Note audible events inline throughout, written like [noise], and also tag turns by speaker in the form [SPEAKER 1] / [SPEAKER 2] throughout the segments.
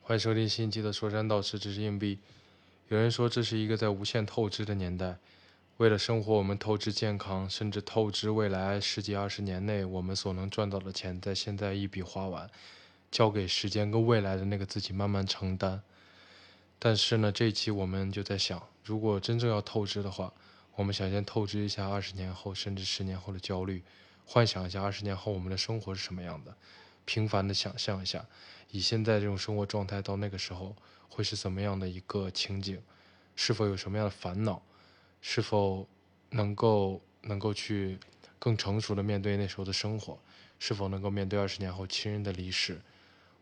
[SPEAKER 1] 欢迎收听新一期的《说山道石只是硬币》。有人说这是一个在无限透支的年代，为了生活，我们透支健康，甚至透支未来十几二十年内我们所能赚到的钱，在现在一笔花完，交给时间跟未来的那个自己慢慢承担。但是呢，这一期我们就在想，如果真正要透支的话，我们想先透支一下二十年后甚至十年后的焦虑，幻想一下二十年后我们的生活是什么样的，频繁的想象一下，以现在这种生活状态到那个时候会是怎么样的一个情景，是否有什么样的烦恼，是否能够能够去更成熟的面对那时候的生活，是否能够面对二十年后亲人的离世，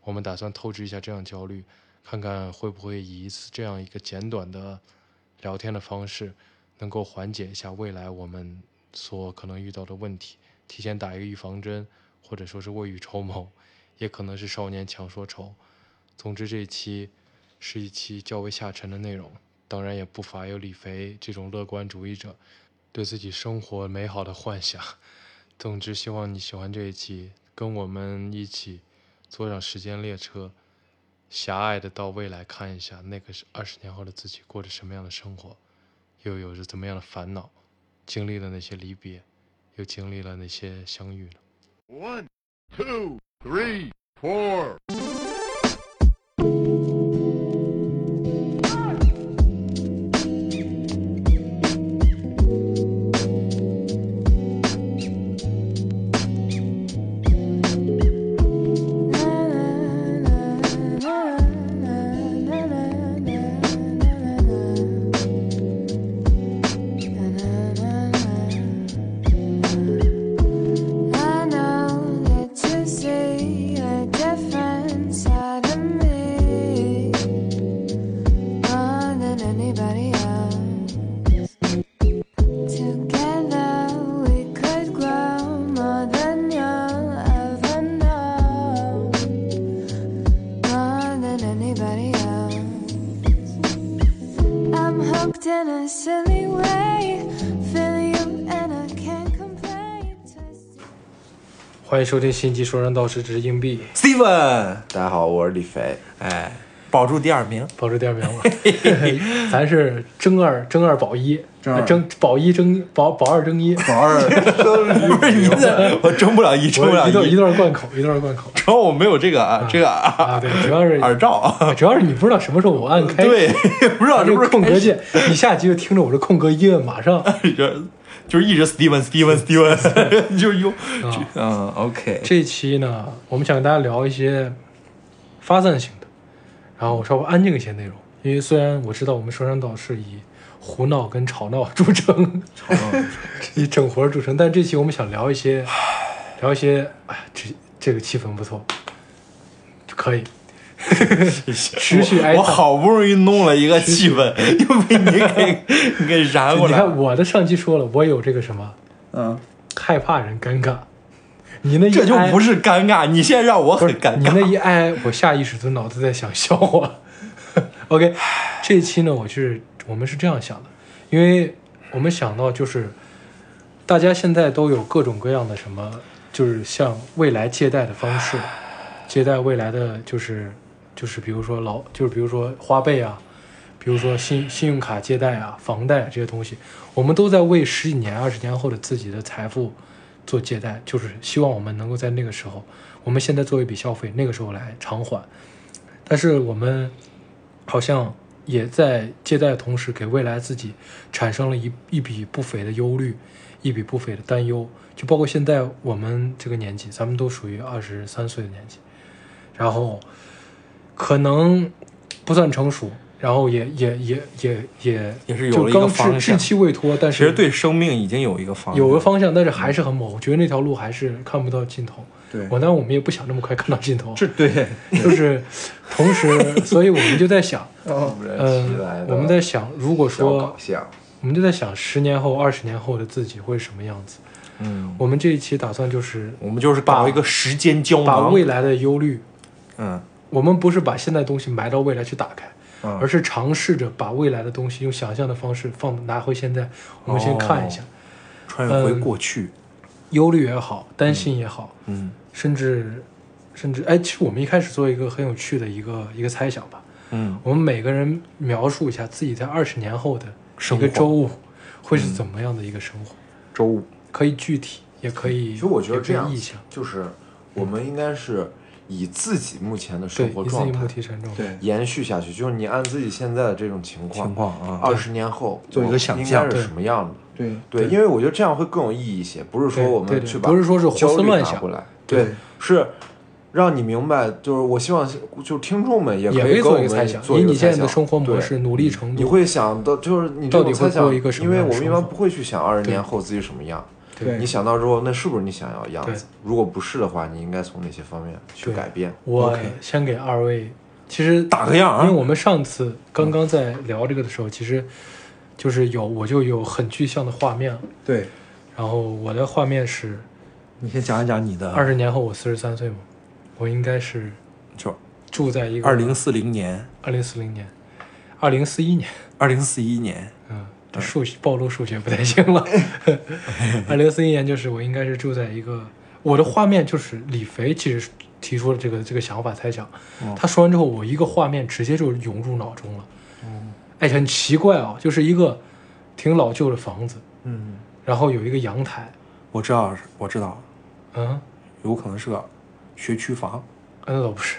[SPEAKER 1] 我们打算透支一下这样焦虑，看看会不会以一次这样一个简短的聊天的方式，能够缓解一下未来我们所可能遇到的问题，提前打一个预防针，或者说是未雨绸缪，也可能是少年强说愁。总之，这一期是一期较为下沉的内容，当然也不乏有李肥这种乐观主义者对自己生活美好的幻想。总之，希望你喜欢这一期，跟我们一起坐上时间列车，狭隘的到未来看一下，那个是二十年后的自己过着什么样的生活，又有着怎么样的烦恼，经历了哪些离别，又经历了哪些相遇呢？
[SPEAKER 2] One, two, three, four.
[SPEAKER 1] 欢迎收听新一期《说山道石只是硬币》，
[SPEAKER 3] Steven，
[SPEAKER 4] 大家好，我是李肥。
[SPEAKER 3] 哎，保住第二名，
[SPEAKER 1] 保持第二名了。咱是争二争二保一，
[SPEAKER 4] 争二
[SPEAKER 1] 啊争保一争保保二争
[SPEAKER 3] [laughs]
[SPEAKER 1] 一，
[SPEAKER 4] 宝二，
[SPEAKER 3] [laughs] 不是你的，我争不了一，争不了
[SPEAKER 1] 一段一
[SPEAKER 3] 一，
[SPEAKER 1] 段贯口，一段贯口
[SPEAKER 3] 主要我没有这个啊，这个
[SPEAKER 1] 啊！
[SPEAKER 3] 啊
[SPEAKER 1] 对，主要是
[SPEAKER 3] 耳
[SPEAKER 1] [laughs]
[SPEAKER 3] 罩，
[SPEAKER 1] 主要是你不知道什么时候我按开， [laughs]
[SPEAKER 3] 对， [laughs] 不知道
[SPEAKER 1] 这
[SPEAKER 3] 是不
[SPEAKER 1] 个
[SPEAKER 3] 是
[SPEAKER 1] 空格键，你下集就听着我这空格一摁，马上啊！
[SPEAKER 3] 就就是一直 Steven
[SPEAKER 1] [laughs]
[SPEAKER 3] Steven Steven，就是用，嗯，OK，
[SPEAKER 1] 这一期呢，我们想跟大家聊一些发散性的，然后稍微安静一些内容，因为虽然我知道我们说山道是以胡闹跟吵闹 [laughs] 著称， [laughs] 以整活著称，但这期我们想聊一些，聊一些，哎，这这个气氛不错，可
[SPEAKER 3] [laughs]
[SPEAKER 1] 以，持续哀
[SPEAKER 3] 我
[SPEAKER 1] 悼。
[SPEAKER 3] 好不容易弄了一个气氛，又被你给
[SPEAKER 1] [laughs]
[SPEAKER 3] 你给燃过
[SPEAKER 1] 你
[SPEAKER 3] 来
[SPEAKER 1] 看，我的上期说了，我有这个什么
[SPEAKER 4] 嗯，
[SPEAKER 1] 害怕人尴尬，你那一
[SPEAKER 3] 这就
[SPEAKER 1] 哀
[SPEAKER 3] 不是尴尬，你现在让我
[SPEAKER 1] 不
[SPEAKER 3] 很
[SPEAKER 1] 是
[SPEAKER 3] 尴
[SPEAKER 1] 你那
[SPEAKER 3] 尬，
[SPEAKER 1] 一挨，我下意识的脑子在想笑话。OK，这一期呢，我是我们是这样想的，因为我们想到就是大家现在都有各种各样的什么，就是向未来借贷的方式，借贷未来的就是就是比如说老就是比如说花呗啊，比如说信信用卡借贷啊、房贷啊这些东西，我们都在为十几年、二十年后的自己的财富做借贷，就是希望我们能够在那个时候，我们现在做一笔消费，那个时候来偿还。但是我们好像也在借贷的同时，给未来自己产生了一一笔不菲的忧虑，一笔不菲的担忧。就包括现在我们这个年纪，咱们都属于二十三岁的年纪，然后可能不算成熟，然后也也也也也
[SPEAKER 3] 也是有
[SPEAKER 1] 就
[SPEAKER 3] 了一
[SPEAKER 1] 刚
[SPEAKER 3] 个方
[SPEAKER 1] 志志
[SPEAKER 3] 向
[SPEAKER 1] 气未脱，但
[SPEAKER 3] 其
[SPEAKER 1] 是
[SPEAKER 3] 实对生命已经有一个方
[SPEAKER 1] 有个
[SPEAKER 3] 向
[SPEAKER 1] 方向，但是还是很模糊，觉得那条路还是看不到尽头。
[SPEAKER 4] 对
[SPEAKER 1] 我，当然我们也不想那么快看到尽头，
[SPEAKER 4] 这对， [laughs]
[SPEAKER 1] 就是同时，所以我们就在想，
[SPEAKER 4] 哦，
[SPEAKER 1] [laughs] 呃，我们在想，如果说
[SPEAKER 4] 搞笑，
[SPEAKER 1] 我们就在想十年后、二十年后的自己会是什么样子。
[SPEAKER 3] 嗯，
[SPEAKER 1] 我们这一期打算就是
[SPEAKER 3] 我们就是搞一个时间胶
[SPEAKER 1] 把
[SPEAKER 3] 囊，
[SPEAKER 1] 未来的忧虑，
[SPEAKER 3] 嗯，
[SPEAKER 1] 我们不是把现在的东西埋到未来去打开，
[SPEAKER 4] 嗯
[SPEAKER 1] 而是尝试着把未来的东西用想象的方式放拿回现在，我们
[SPEAKER 4] 哦
[SPEAKER 1] 先看一下，
[SPEAKER 3] 穿越回过去，
[SPEAKER 1] 忧虑也好，担心也好，
[SPEAKER 3] 嗯，
[SPEAKER 1] 甚至
[SPEAKER 4] 甚至哎，其实我们一开始做一个很有趣的一个一个猜想吧，
[SPEAKER 3] 嗯，
[SPEAKER 4] 我们每个人描述一下自己在二十年后的
[SPEAKER 3] 生
[SPEAKER 4] 一个
[SPEAKER 3] 活
[SPEAKER 4] 周五会是怎么样的一个生活，
[SPEAKER 3] 周五，
[SPEAKER 4] 可以具体，也可以，
[SPEAKER 5] 其实我觉得
[SPEAKER 4] 也可
[SPEAKER 5] 这
[SPEAKER 4] 以
[SPEAKER 5] 样
[SPEAKER 4] 意向，
[SPEAKER 5] 就是我们应该是以自己目前的
[SPEAKER 4] 对，
[SPEAKER 5] 生活
[SPEAKER 4] 以自己
[SPEAKER 5] 状
[SPEAKER 4] 目
[SPEAKER 5] 态
[SPEAKER 4] 提升状态，
[SPEAKER 3] 对
[SPEAKER 5] 延续下去，就是你按自己现在的这种情况，
[SPEAKER 3] 情况啊
[SPEAKER 5] 二十年后
[SPEAKER 3] 做一个
[SPEAKER 5] 我
[SPEAKER 3] 想
[SPEAKER 5] 应
[SPEAKER 3] 象
[SPEAKER 5] 该是
[SPEAKER 4] 对
[SPEAKER 5] 什么样的？
[SPEAKER 3] 对
[SPEAKER 5] 对，因为我觉得这样会更有意义一些，不是说
[SPEAKER 4] 对
[SPEAKER 5] 我
[SPEAKER 4] 对
[SPEAKER 5] 们
[SPEAKER 4] 对
[SPEAKER 5] 去把
[SPEAKER 4] 不是说是胡思
[SPEAKER 5] 焦虑
[SPEAKER 4] 乱
[SPEAKER 5] 拿
[SPEAKER 4] 想
[SPEAKER 5] 过来，
[SPEAKER 3] 对
[SPEAKER 5] 对，是让你明白，就是我希望就是听众们也
[SPEAKER 4] 也
[SPEAKER 5] 可
[SPEAKER 4] 以
[SPEAKER 5] 跟我
[SPEAKER 4] 做一
[SPEAKER 5] 们
[SPEAKER 4] 个猜想，
[SPEAKER 5] 做
[SPEAKER 4] 以
[SPEAKER 5] 一个
[SPEAKER 4] 你现
[SPEAKER 5] 猜
[SPEAKER 4] 在
[SPEAKER 5] 想
[SPEAKER 4] 的生活模
[SPEAKER 5] 对
[SPEAKER 4] 式、努力程
[SPEAKER 5] 你
[SPEAKER 4] 度，
[SPEAKER 5] 会想到，就是你这
[SPEAKER 4] 到底
[SPEAKER 5] 种
[SPEAKER 4] 会
[SPEAKER 5] 猜想
[SPEAKER 4] 过一个，什么
[SPEAKER 5] 因为
[SPEAKER 4] 样的
[SPEAKER 5] 我们一
[SPEAKER 4] 生
[SPEAKER 5] 般
[SPEAKER 4] 活
[SPEAKER 5] 不会去想二十
[SPEAKER 4] 对
[SPEAKER 5] 年后自己什么样。
[SPEAKER 3] 对
[SPEAKER 5] 你想到之后，那是不是你想要的样子
[SPEAKER 4] 对？
[SPEAKER 5] 如果不是的话，你应该从哪些方面去改变？
[SPEAKER 4] 我
[SPEAKER 3] OK
[SPEAKER 4] 先给二位，其实
[SPEAKER 3] 打个样啊嗯
[SPEAKER 4] 因为我们上次刚刚在聊这个的时候，其实就是有我就有很具象的画面了，
[SPEAKER 3] 对，
[SPEAKER 4] 然后我的画面是
[SPEAKER 3] 你先讲一讲你的
[SPEAKER 4] 二十年后我四十三岁嘛，我应该是
[SPEAKER 3] 就
[SPEAKER 4] 住在一个
[SPEAKER 3] 二零四零年、
[SPEAKER 4] 二零四零年，二零四一年，
[SPEAKER 3] 二零四一年，
[SPEAKER 4] 嗯，这数学暴露数学不太行了。二零四一年就是我应该是住在一个我的画面就是李肥其实提出了这个这个想法猜想，他说完之后我一个画面直接就涌入脑中了，哎，很奇怪啊，就是一个挺老旧的房子，
[SPEAKER 3] 嗯，
[SPEAKER 4] 然后有一个阳台，
[SPEAKER 3] 我知道，我知道，
[SPEAKER 4] 嗯，
[SPEAKER 3] 有可能是个学区房，
[SPEAKER 4] 啊那倒不是，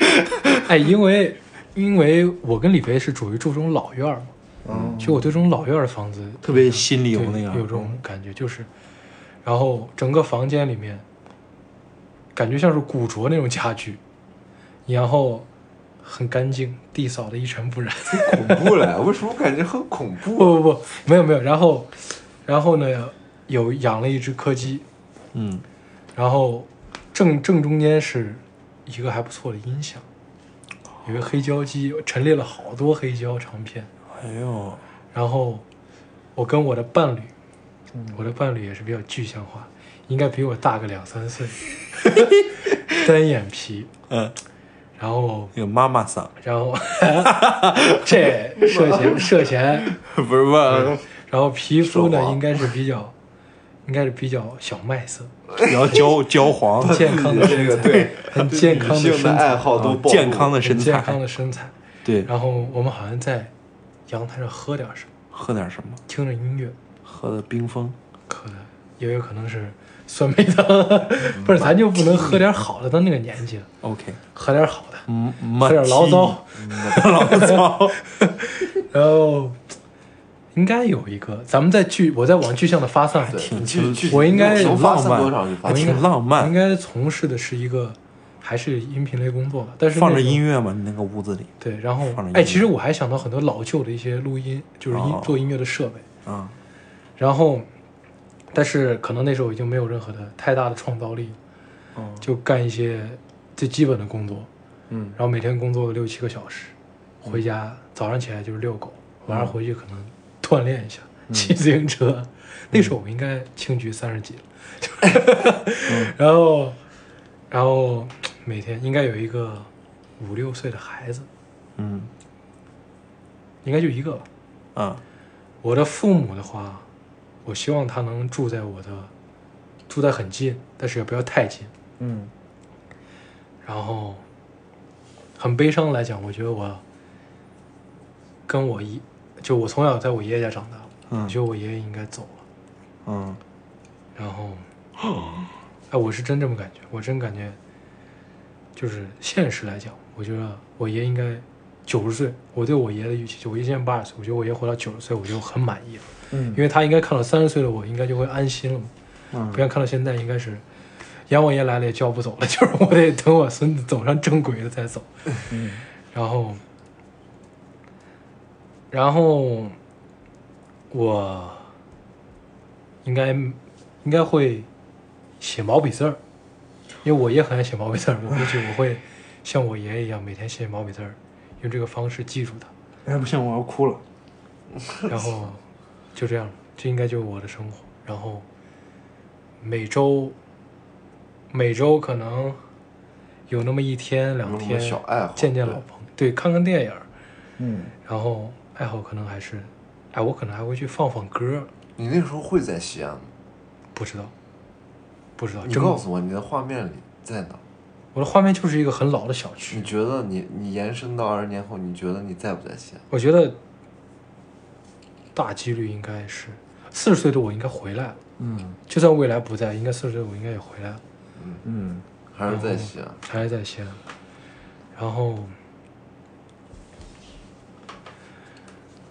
[SPEAKER 4] [laughs] 哎，因为因为我跟李肥是属于住这种老院儿嘛，
[SPEAKER 3] 嗯，
[SPEAKER 4] 其实我对这种老院儿的房子
[SPEAKER 3] 特别心里有
[SPEAKER 4] 对
[SPEAKER 3] 那个
[SPEAKER 4] 有这种感觉，就是，然后整个房间里面，感觉像是古着那种家具，然后很干净，地扫的一尘不染。 [laughs]
[SPEAKER 5] 恐怖嘞！为什么感觉很恐
[SPEAKER 4] 不
[SPEAKER 5] 怖？
[SPEAKER 4] 不
[SPEAKER 5] 啊
[SPEAKER 4] 不，没有没有。然后，然后呢，有养了一只柯基，
[SPEAKER 3] 嗯，
[SPEAKER 4] 然后正正中间是一个还不错的音响，有一个黑胶机，陈列了好多黑胶唱片。
[SPEAKER 3] 哎呦，
[SPEAKER 4] 然后我跟我的伴侣，
[SPEAKER 5] 嗯
[SPEAKER 4] 我的伴侣也是比较具象化，应该比我大个两三
[SPEAKER 5] [laughs]
[SPEAKER 4] 岁，单眼皮，
[SPEAKER 3] 嗯，
[SPEAKER 4] 然后
[SPEAKER 3] 那个妈妈桑，
[SPEAKER 4] 然后 [laughs] 这涉
[SPEAKER 5] [laughs]
[SPEAKER 4] 嫌涉嫌，
[SPEAKER 3] [laughs] 不是吧？
[SPEAKER 4] 然后皮肤
[SPEAKER 5] 手
[SPEAKER 4] 呢
[SPEAKER 5] 滑
[SPEAKER 4] 应该是比较应该是比较小麦色，
[SPEAKER 3] 比较 [laughs] 焦焦黄，
[SPEAKER 4] 健 [laughs] 康的身
[SPEAKER 5] 这个
[SPEAKER 4] 材，
[SPEAKER 5] 对，
[SPEAKER 4] [laughs] 很健康的
[SPEAKER 5] 女性
[SPEAKER 4] 身
[SPEAKER 5] 的爱
[SPEAKER 4] 材，
[SPEAKER 5] 好都暴露
[SPEAKER 3] 健康的身
[SPEAKER 4] 很健康
[SPEAKER 3] 材，
[SPEAKER 4] 的身材。
[SPEAKER 3] 对，
[SPEAKER 4] 然后我们好像在阳台上喝点什么，
[SPEAKER 3] 喝点什么？
[SPEAKER 4] 听着音乐，
[SPEAKER 3] 喝的冰峰，
[SPEAKER 4] 可能也有可能是酸
[SPEAKER 3] [laughs]
[SPEAKER 4] 梅汤，不是咱就不能喝点好的？到那个年纪了，
[SPEAKER 3] OK，
[SPEAKER 4] 喝点好的，
[SPEAKER 3] 嗯，
[SPEAKER 4] 喝
[SPEAKER 3] 喝
[SPEAKER 4] 点醪糟，
[SPEAKER 3] [laughs] 醪糟， [laughs]
[SPEAKER 4] 然后应该有一个，咱们再具，我再往具象的发散，
[SPEAKER 5] 你去去，
[SPEAKER 4] 我应该
[SPEAKER 5] 能发散
[SPEAKER 3] 浪漫
[SPEAKER 5] 多少就发
[SPEAKER 4] 我应
[SPEAKER 5] 散。
[SPEAKER 4] 该
[SPEAKER 3] 挺浪漫
[SPEAKER 4] 应该从事的是一个还是音频类工作吧，但是
[SPEAKER 3] 放着音
[SPEAKER 4] 乐。
[SPEAKER 3] 乐嘛，你那个屋子里
[SPEAKER 4] 对，然后
[SPEAKER 3] 放着音乐
[SPEAKER 4] 哎，其实我还想到很多老旧的一些录音，就是音、
[SPEAKER 3] 哦
[SPEAKER 4] 做音乐的设备，
[SPEAKER 3] 啊，
[SPEAKER 4] 然后，但是可能那时候已经没有任何的太大的创造力，
[SPEAKER 3] 哦
[SPEAKER 4] 就干一些最基本的工作，
[SPEAKER 3] 嗯，
[SPEAKER 4] 然后每天工作个六七个小时，回家早上起来就是遛狗，
[SPEAKER 3] 哦
[SPEAKER 4] 晚上回去可能锻炼一下，
[SPEAKER 3] 嗯
[SPEAKER 4] 骑自行车。那时候我应该青桔三十几了，
[SPEAKER 3] 嗯
[SPEAKER 4] [laughs] 然后，然后每天应该有一个五六岁的孩子，
[SPEAKER 3] 嗯
[SPEAKER 4] 应该就一个吧。
[SPEAKER 3] 啊，
[SPEAKER 4] 我的父母的话，我希望他能住在我的，住在很近，但是也不要太近。
[SPEAKER 3] 嗯，
[SPEAKER 4] 然后，很悲伤来讲，我觉得我跟我一，就我从小在我爷爷家长大，
[SPEAKER 3] 嗯
[SPEAKER 4] 我觉得我爷爷应该走了。
[SPEAKER 3] 嗯，[gasps]
[SPEAKER 4] 然后，哎，我是真这么感觉，我真感觉，就是现实来讲，我觉得我爷应该九十岁，我对我爷的预期，就我爷现在八十岁，我觉得我爷活到九十岁，我就很满意了。
[SPEAKER 3] 嗯
[SPEAKER 4] 因为他应该看到三十岁的我，应该就会安心了嘛。
[SPEAKER 3] 嗯
[SPEAKER 4] 不像看到现在，应该是阎王爷来了也叫不走了， [laughs] 就是我得等我孙子走上正轨了再走。
[SPEAKER 3] 嗯
[SPEAKER 4] [laughs] 然后，然后我应该应该会写毛笔字儿，因为我也很爱写毛笔字儿，我估计我会像我爷爷一样每天写毛笔字儿，用这个方式记住它。
[SPEAKER 3] 哎，不行，我要哭了。
[SPEAKER 4] 然后就这样，这应该就是我的生活。然后每周每周可能有那么一天两
[SPEAKER 5] 有什么
[SPEAKER 4] 天
[SPEAKER 5] 小爱好
[SPEAKER 4] 见见老朋友，对，看看电影儿，
[SPEAKER 3] 嗯，
[SPEAKER 4] 然后爱好可能还是，哎，我可能还会去放放歌儿，
[SPEAKER 5] 你那时候会在西安吗？
[SPEAKER 4] 不知道，不知道，
[SPEAKER 5] 你
[SPEAKER 4] 真
[SPEAKER 5] 告诉我你的画面里在哪？
[SPEAKER 4] 我的画面就是一个很老的小区
[SPEAKER 5] 你。觉得你你延伸到二十年后，你觉得你在不在线？
[SPEAKER 4] 我觉得大几率应该是四十岁的我应该回来了，
[SPEAKER 3] 嗯
[SPEAKER 4] 就算未来不在，应该四十岁我应该也回来了，
[SPEAKER 3] 嗯，
[SPEAKER 5] 还是在线？
[SPEAKER 4] 还是在西安。然后，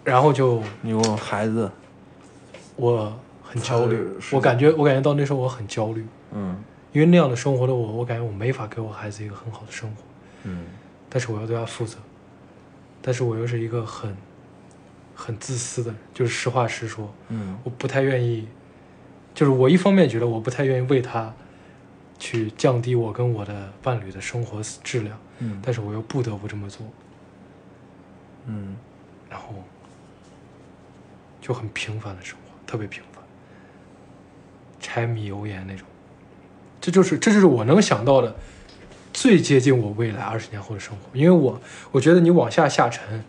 [SPEAKER 4] 然后就
[SPEAKER 3] 你有孩子，
[SPEAKER 4] 我很焦虑
[SPEAKER 5] 焦虑，是
[SPEAKER 4] 我感觉我感觉到那时候我很焦虑，
[SPEAKER 3] 嗯
[SPEAKER 4] 因为那样的生活的我，我感觉我没法给我孩子一个很好的生活，
[SPEAKER 3] 嗯
[SPEAKER 4] 但是我要对他负责，但是我又是一个很很自私的人，就是实话实说，
[SPEAKER 3] 嗯
[SPEAKER 4] 我不太愿意，就是我一方面觉得我不太愿意为他去降低我跟我的伴侣的生活质量，
[SPEAKER 3] 嗯
[SPEAKER 4] 但是我又不得不这么做，
[SPEAKER 3] 嗯
[SPEAKER 4] 然后就很平凡的生活，特别平凡，柴米油盐那种，这就是这就是我能想到的最接近我未来二十年后的生活，因为我我觉得你往下下沉，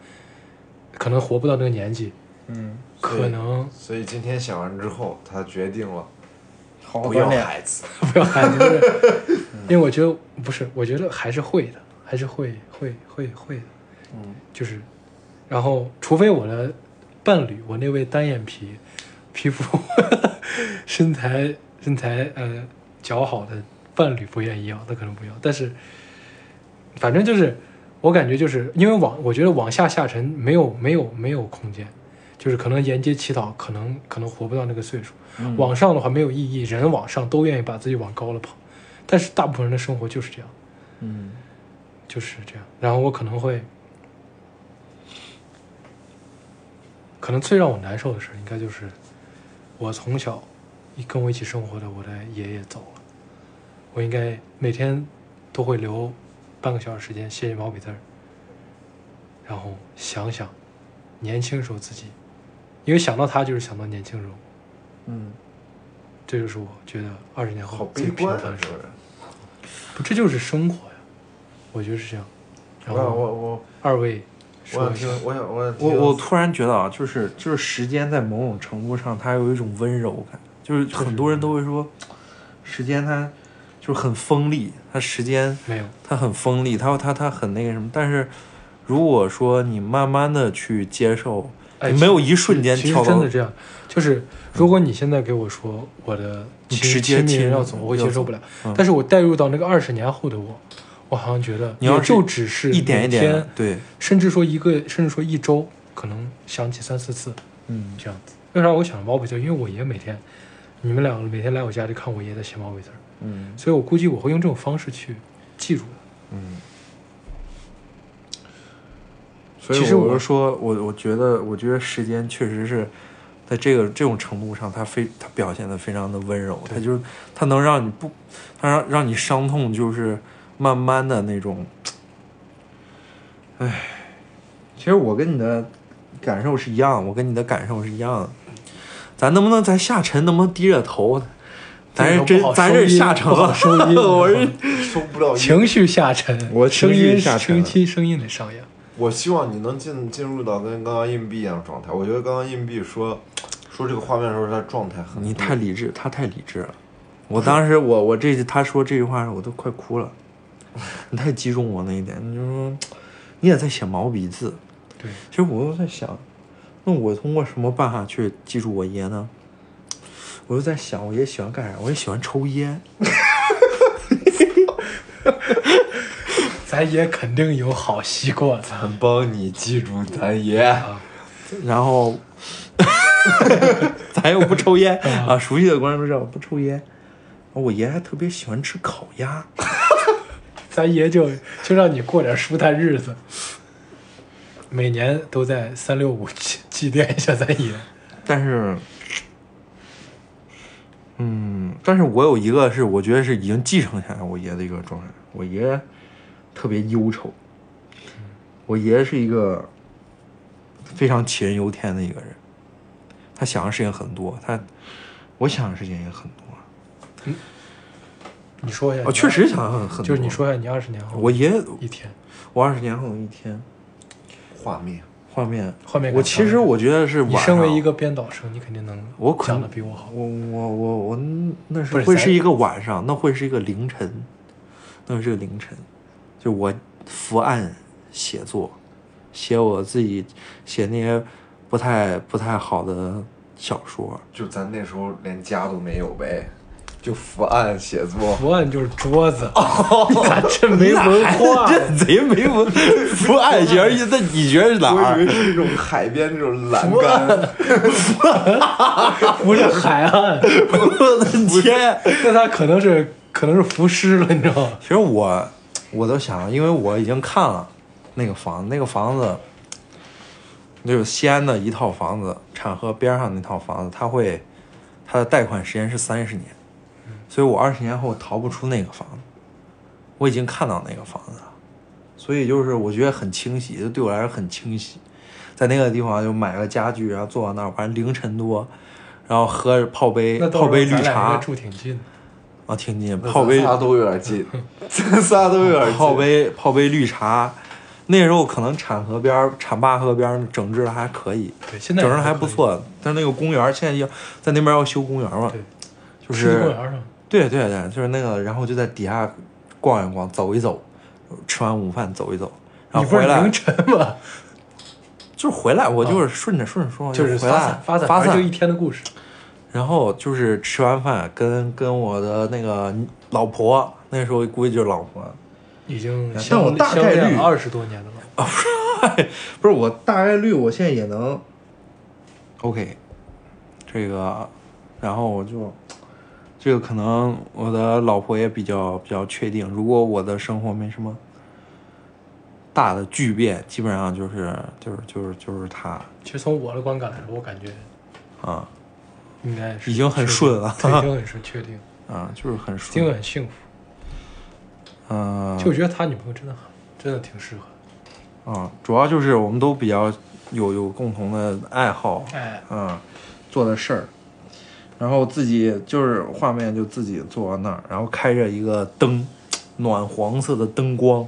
[SPEAKER 4] 可能活不到那个年纪，
[SPEAKER 3] 嗯，
[SPEAKER 4] 可能
[SPEAKER 5] 所以今天想完之后，他决定了
[SPEAKER 3] 好
[SPEAKER 5] 不要孩子。
[SPEAKER 4] 不要孩子，不是因为我觉得不是，我觉得还是会的，还是会会会会的，
[SPEAKER 3] 嗯
[SPEAKER 4] 就是，然后除非我的伴侣，我那位单眼皮、皮肤、 [laughs] 身材、身材呃姣好的伴侣不愿意要，他可能不要，但是反正就是我感觉就是因为往我觉得往下下沉没有没有没有空间，就是可能沿街乞讨，可能可能活不到那个岁数。
[SPEAKER 3] 嗯
[SPEAKER 4] 往上的话没有意义，人往上都愿意把自己往高了跑，但是大部分人的生活就是这样，
[SPEAKER 3] 嗯
[SPEAKER 4] 就是这样。然后我可能会，可能最让我难受的事儿，应该就是我从小一跟我一起生活的我的爷爷走了，我应该每天都会留半个小时时间写写毛笔字儿，然后想想年轻时候自己，因为想到他就是想到年轻时候。
[SPEAKER 3] 嗯，
[SPEAKER 4] 这就是我觉得二十年
[SPEAKER 5] 好
[SPEAKER 4] 后最
[SPEAKER 5] 悲
[SPEAKER 4] 平
[SPEAKER 5] 观
[SPEAKER 4] 凡
[SPEAKER 5] 啊
[SPEAKER 4] 的！生
[SPEAKER 5] 这个
[SPEAKER 4] 活，
[SPEAKER 5] 人。
[SPEAKER 4] 不，这就是生活呀，我觉得是这样。然
[SPEAKER 5] 我想
[SPEAKER 4] 后
[SPEAKER 5] 我我
[SPEAKER 4] 二位
[SPEAKER 5] 我
[SPEAKER 4] 说
[SPEAKER 5] 想
[SPEAKER 4] 一下，
[SPEAKER 5] 听，我想我想听
[SPEAKER 3] 我我突然觉得啊，就是就是时间在某种程度上，它有一种温柔感，就是很多人都会说，时间它就是很锋利，它时间
[SPEAKER 4] 没有，
[SPEAKER 3] 它很锋利，它它它很那个什么。但是如果说你慢慢的去接受，
[SPEAKER 4] 哎
[SPEAKER 3] 你没有一瞬间
[SPEAKER 4] 其实
[SPEAKER 3] 跳
[SPEAKER 4] 真
[SPEAKER 3] 到
[SPEAKER 4] 的，这样，就是如果你现在给我说我的
[SPEAKER 3] 你
[SPEAKER 4] 亲
[SPEAKER 3] 直接
[SPEAKER 4] 亲密人
[SPEAKER 3] 亲
[SPEAKER 4] 要走，我会
[SPEAKER 3] 要
[SPEAKER 4] 接受
[SPEAKER 3] 走
[SPEAKER 4] 不了
[SPEAKER 3] 嗯。
[SPEAKER 4] 但是我带入到那个二十年后的我，我好像觉得
[SPEAKER 3] 你要
[SPEAKER 4] 也
[SPEAKER 3] 是
[SPEAKER 4] 就只是
[SPEAKER 3] 一点一
[SPEAKER 4] 每
[SPEAKER 3] 点
[SPEAKER 4] 天
[SPEAKER 3] 的，对，
[SPEAKER 4] 甚至说一个，甚至说一周，可能想起三四次
[SPEAKER 3] 嗯
[SPEAKER 4] 这样子。为啥我想毛笔字？因为我爷每天，你们两个每天来我家里看我爷在写毛笔字儿，
[SPEAKER 3] 嗯
[SPEAKER 4] 所以我估计我会用这种方式去记住的。
[SPEAKER 5] 嗯。所以
[SPEAKER 3] 其实
[SPEAKER 5] 我
[SPEAKER 3] 我是说，我我觉得，我觉得时间确实是在这个这种程度上，它非它表现的非常的温柔，它就是它能让你不，它让让你伤痛，就是慢慢的那种。唉，其实我跟你的感受是一样，我跟你的感受是一样的。咱能不能咱下沉，能不能低着头？咱是
[SPEAKER 4] 这个
[SPEAKER 3] 真
[SPEAKER 4] 不好，
[SPEAKER 3] 咱
[SPEAKER 4] 收
[SPEAKER 3] 是
[SPEAKER 4] 音
[SPEAKER 3] 下沉
[SPEAKER 4] 不好
[SPEAKER 3] 了。
[SPEAKER 4] 收
[SPEAKER 3] [laughs]
[SPEAKER 4] 音
[SPEAKER 3] 我是
[SPEAKER 5] 收不了音。
[SPEAKER 4] [laughs] 情绪下沉，
[SPEAKER 3] 我情
[SPEAKER 4] 声
[SPEAKER 3] 绪
[SPEAKER 4] 音
[SPEAKER 3] 下沉
[SPEAKER 4] 声
[SPEAKER 3] 了
[SPEAKER 4] 期声音得上扬。
[SPEAKER 5] 我希望你能进进入到跟刚刚硬币一样的状态。我觉得刚刚硬币说说这个画面的时候，他状态很
[SPEAKER 3] 你太理智，他太理智了。我当时我我这他说这句话的时候，我都快哭了。你太击中我那一点，你就说你也在写毛笔字。
[SPEAKER 4] 对，
[SPEAKER 3] 其实我又在想，那我通过什么办法去记住我爷呢？我就在想，我爷喜欢干啥？我也喜欢抽烟。
[SPEAKER 4] 咱也肯定有好习惯
[SPEAKER 5] 很帮你记住咱爷。
[SPEAKER 3] 然后咱又不抽烟啊，熟悉的观众都知道我不抽烟。我爷还特别喜欢吃烤鸭。
[SPEAKER 4] 咱爷就就让你过点舒坦日子。每年都在三六五祭祭奠一下咱爷，
[SPEAKER 3] 但是，嗯，但是我有一个是我觉得是已经继承下来我爷的一个状态。我爷特别忧愁，我爷是一个非常杞人忧天的一个人，他想的事情很多，他我想的事情也很多，
[SPEAKER 4] 你说一下。
[SPEAKER 3] 我哦确，实想的很很多。
[SPEAKER 4] 就是你，说一下你二十年后
[SPEAKER 3] 我爷
[SPEAKER 4] 一天，
[SPEAKER 3] 我二十年后的一天
[SPEAKER 5] 画面，
[SPEAKER 3] 画面，
[SPEAKER 4] 画面感
[SPEAKER 3] 我其实我觉得是
[SPEAKER 4] 你
[SPEAKER 3] 晚
[SPEAKER 4] 身为
[SPEAKER 3] 上
[SPEAKER 4] 一个编导生，你肯定能
[SPEAKER 3] 啊我可
[SPEAKER 4] 讲
[SPEAKER 3] 能
[SPEAKER 4] 的比我好。
[SPEAKER 3] 我我我我那
[SPEAKER 4] 不
[SPEAKER 3] 是
[SPEAKER 4] 是
[SPEAKER 3] 会
[SPEAKER 4] 咱
[SPEAKER 3] 是一个晚上，那会是一个凌晨，那是个凌晨，就我伏案写作，写我自己写那些不太不太好的小说，
[SPEAKER 5] 就咱那时候连家都没有呗，就伏案写作。
[SPEAKER 4] 伏案就是桌子，
[SPEAKER 3] 哦
[SPEAKER 4] [laughs] 咱这没文
[SPEAKER 3] [laughs]
[SPEAKER 4] 化。
[SPEAKER 3] 这贼没文 [laughs] 伏案觉得那你觉得是哪
[SPEAKER 5] 我以
[SPEAKER 3] 儿
[SPEAKER 5] 为？是一种海边那种栏杆，
[SPEAKER 4] 不是 [laughs] 海
[SPEAKER 3] [laughs]
[SPEAKER 4] 岸，
[SPEAKER 3] 我的天！
[SPEAKER 4] 那他可能是可能是浮尸了，你知道吗？
[SPEAKER 3] 其实我我都想，因为我已经看了那个房子，那个房子就是西安的一套房子，产河边上那套房子，它会它的贷款时间是三十年，所以我二十年后逃不出那个房子，我已经看到那个房子了，所以就是我觉得很清晰，就对我来说很清晰，在那个地方就买了家具，然后坐到那儿，反正凌晨多，然后喝着泡杯
[SPEAKER 4] 那到时
[SPEAKER 3] 泡
[SPEAKER 4] 候
[SPEAKER 3] 杯绿
[SPEAKER 4] 咱俩应
[SPEAKER 3] 茶
[SPEAKER 4] 该住挺近的。
[SPEAKER 3] 啊，挺近
[SPEAKER 5] 那
[SPEAKER 3] 泡杯
[SPEAKER 5] 咱仨都有点近， [laughs] 咱仨都有点近。
[SPEAKER 3] 泡杯泡杯绿茶。那时候可能产河边儿、产坝河边儿整治的还可以，
[SPEAKER 4] 对，现
[SPEAKER 3] 整
[SPEAKER 4] 在
[SPEAKER 3] 治的还
[SPEAKER 4] 还
[SPEAKER 3] 不。错。但是那个公园儿现在要在那边要修公园儿嘛
[SPEAKER 4] 对，
[SPEAKER 3] 就
[SPEAKER 4] 世纪公
[SPEAKER 3] 是
[SPEAKER 4] 园上，
[SPEAKER 3] 对对对，就是那个，然后就在底下逛一逛、走一走，吃完午饭走一走，然
[SPEAKER 4] 你
[SPEAKER 3] 后
[SPEAKER 4] 不是
[SPEAKER 3] 回来
[SPEAKER 4] 凌晨吗？
[SPEAKER 3] 就是回来，我就是顺着顺着说，
[SPEAKER 4] 就是
[SPEAKER 3] 回
[SPEAKER 4] 发
[SPEAKER 3] 来
[SPEAKER 4] 散发散，
[SPEAKER 3] 发
[SPEAKER 4] 反正
[SPEAKER 3] 散
[SPEAKER 4] 就一天的故事。
[SPEAKER 3] 然后就是吃完饭跟跟我的那个老婆，那时候估计就是老婆，
[SPEAKER 4] 已经
[SPEAKER 3] 但
[SPEAKER 4] 相
[SPEAKER 3] 我大
[SPEAKER 4] 相
[SPEAKER 3] 概率
[SPEAKER 4] 恋二十多年了吧？
[SPEAKER 3] 不是我大概率，我现在也能，OK，这个，然后我就，这个可能我的老婆也比较比较确定，如果我的生活没什么大的巨变，基本上就是就是就是就是她
[SPEAKER 4] 其实从我的观感来说，我感觉
[SPEAKER 3] 啊
[SPEAKER 4] 应该是
[SPEAKER 3] 已经很顺了
[SPEAKER 4] 确定
[SPEAKER 3] [laughs]
[SPEAKER 4] 对已经很顺，确定，
[SPEAKER 3] 啊，就是很
[SPEAKER 4] 已经
[SPEAKER 3] 顺，
[SPEAKER 4] 很幸福。
[SPEAKER 3] 嗯、
[SPEAKER 4] 就我觉得他女朋友真的很，真的挺适合的。
[SPEAKER 3] 啊，主要就是我们都比较有有共同的爱好，
[SPEAKER 4] 哎，
[SPEAKER 3] 啊做的事儿，然后自己就是画面就自己坐到那儿，然后开着一个灯，暖黄色的灯光，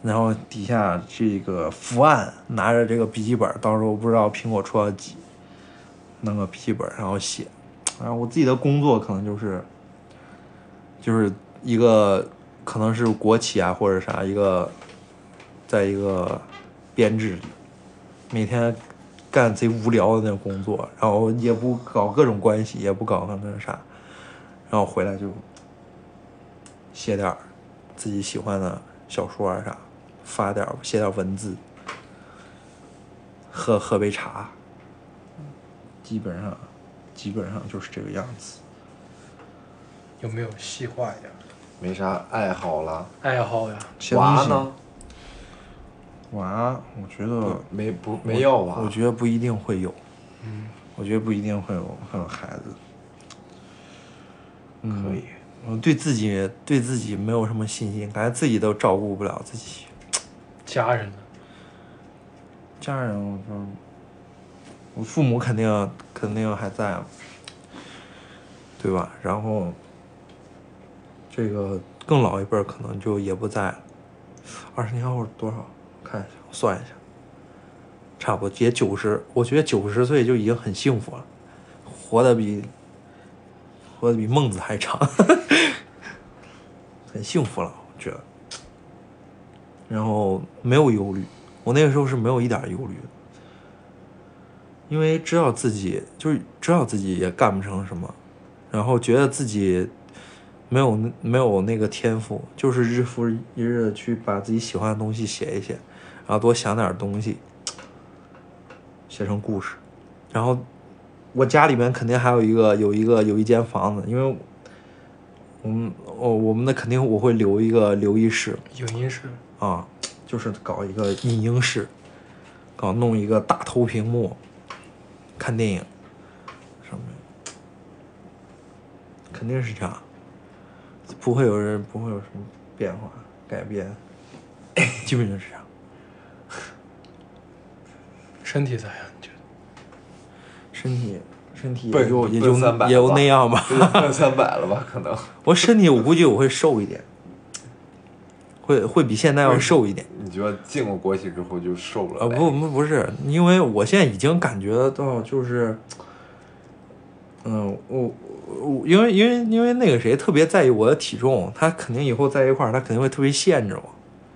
[SPEAKER 3] 然后底下这个伏案拿着这个笔记本，到时候不知道苹果出到几，弄个笔记本然后写，然后我自己的工作可能就是，就是一个可能是国企啊或者啥一个，在一个编制里。每天干贼无聊的那种工作，然后也不搞各种关系，也不搞那个啥，然后回来就写点儿自己喜欢的小说啊啥，发点儿写点儿文字，喝喝杯茶，基本上基本上就是这个样子。
[SPEAKER 4] 有没有细化一点？
[SPEAKER 5] 没啥爱好了，
[SPEAKER 4] 爱好呀，
[SPEAKER 3] 写东
[SPEAKER 5] 娃
[SPEAKER 3] 西？
[SPEAKER 5] 呢？
[SPEAKER 3] 娃，我觉得
[SPEAKER 5] 没不没要娃，
[SPEAKER 3] 我觉得不一定会有，我觉得不一定会有会有孩子。嗯，可以。我对自己对自己没有什么信心，感觉自己都照顾不了自己。
[SPEAKER 4] 家人呢？
[SPEAKER 3] 家人，我就我父母肯定肯定还在，对吧？然后这个更老一辈儿可能就也不在了。二十年后是多少？看一下，我算一下，差不多也九十。我觉得九十岁就已经很幸福了，活得比活得比孟子还长， [laughs] 很幸福了，我觉得。然后没有忧虑，我那个时候是没有一点儿忧虑的，因为知道自己就是知道自己也干不成什么，然后觉得自己没有那没有那个天赋，就是日复一日的去把自己喜欢的东西写一写，然后多想点儿东西，写成故事，然后我家里面肯定还有一个有一个有一间房子，因为我们我我们的肯定我会留一个留一室，
[SPEAKER 4] 影音室，
[SPEAKER 3] 啊，就是搞一个影音室，搞弄一个大投屏幕，看电影什么的，肯定是这样，不会有人不会有什么变化改变，基本就是这样。
[SPEAKER 4] 身体咋样？你觉得？
[SPEAKER 3] 身体身体也
[SPEAKER 5] 奔
[SPEAKER 3] 就也
[SPEAKER 5] 奔
[SPEAKER 3] 就
[SPEAKER 5] 三百
[SPEAKER 3] 也就
[SPEAKER 5] 吧
[SPEAKER 3] 那样吧。
[SPEAKER 5] 奔 [laughs] 三百了吧？可能
[SPEAKER 3] 我身体我估计我会瘦一点，会会比现在要瘦一点。
[SPEAKER 5] 你觉得进过国企之后就瘦了
[SPEAKER 3] 呃，
[SPEAKER 5] 呗？
[SPEAKER 3] 不不不是，因为我现在已经感觉到，就是嗯，我我因为因为因为那个谁特别在意我的体重，他肯定以后在一块儿，他肯定会特别限制我。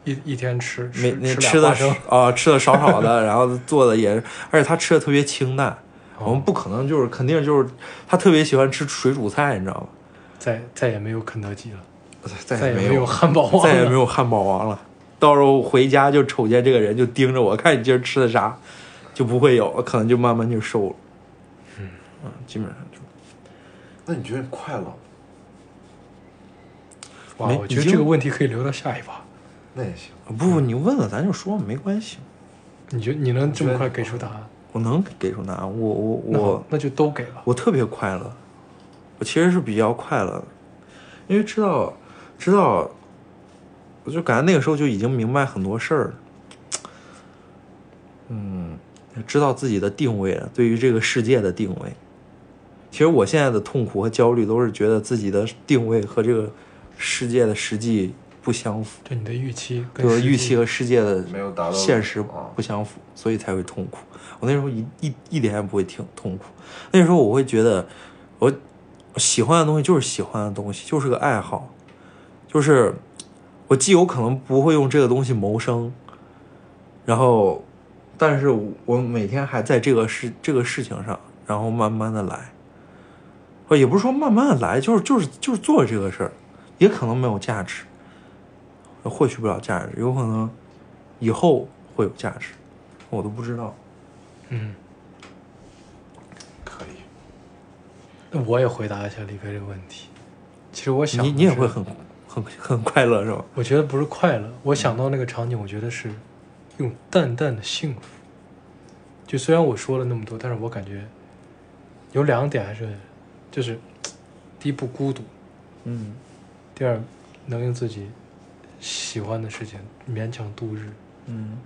[SPEAKER 4] 一一天吃
[SPEAKER 3] 每
[SPEAKER 4] 吃
[SPEAKER 3] 那
[SPEAKER 4] 俩
[SPEAKER 3] 吃的
[SPEAKER 4] 花生
[SPEAKER 3] 啊、吃的少少的，然后做的也，而且他吃的特别清
[SPEAKER 4] [laughs]
[SPEAKER 3] 淡。我们不可能就是肯定就是他特别喜欢吃水煮菜，你知道吗？
[SPEAKER 4] 再再也没有肯德基了，
[SPEAKER 3] 再
[SPEAKER 4] 再
[SPEAKER 3] 也
[SPEAKER 4] 也没
[SPEAKER 3] 没有
[SPEAKER 4] 汉堡王了，
[SPEAKER 3] 再也没有汉堡王了。到时候回家就瞅见这个人就盯着我看你今儿吃的啥，就不会有，可能就慢慢就瘦了。嗯，基本上就
[SPEAKER 5] 那你觉得你快乐吗？
[SPEAKER 4] 哇，
[SPEAKER 3] 没
[SPEAKER 4] 我
[SPEAKER 3] 已
[SPEAKER 4] 觉得
[SPEAKER 3] 经
[SPEAKER 4] 这个问题可以留到下一趴。
[SPEAKER 5] 那也行。
[SPEAKER 3] 哦不，你问了咱就说没关系，
[SPEAKER 4] 你觉你能这么快给出答案？
[SPEAKER 3] 我能给出答案。我我
[SPEAKER 4] 那好
[SPEAKER 3] 我
[SPEAKER 4] 那就都给吧。
[SPEAKER 3] 我特别快乐，我其实是比较快乐的，因为知道知道，我就感觉那个时候就已经明白很多事儿了，嗯，知道自己的定位了，对于这个世界的定位。其实我现在的痛苦和焦虑都是觉得自己的定位和这个世界的实际不相符，
[SPEAKER 4] 对你的预期跟
[SPEAKER 3] 就是
[SPEAKER 4] 实际
[SPEAKER 3] 预期和世界的
[SPEAKER 5] 没有达到
[SPEAKER 3] 现实
[SPEAKER 5] 啊
[SPEAKER 3] 不相符，所以才会痛苦。我那时候一一一点也不会挺痛苦，那时候我会觉得我我喜欢的东西就是喜欢的东西，就是个爱好，就是我既有可能不会用这个东西谋生，然后，但是我每天还在这个事这个事情上，然后慢慢的来，呃，也不是说慢慢的来，就是就是就是做这个事儿，也可能没有价值，呃获取不了价值，有可能以后会有价值，我都不知道。
[SPEAKER 4] 嗯，
[SPEAKER 5] 可以。
[SPEAKER 4] 那我也回答一下李飞这个问题。其实我想
[SPEAKER 3] 你
[SPEAKER 4] 的
[SPEAKER 3] 你也
[SPEAKER 4] 是
[SPEAKER 3] 会很很很快乐是吧？
[SPEAKER 4] 我觉得不是快乐，我想到那个场景，我觉得是用淡淡的幸福。就虽然我说了那么多，但是我感觉有两点还是，就是第一不孤独，
[SPEAKER 3] 嗯，
[SPEAKER 4] 第二能用自己喜欢的事情勉强度日。
[SPEAKER 3] 嗯，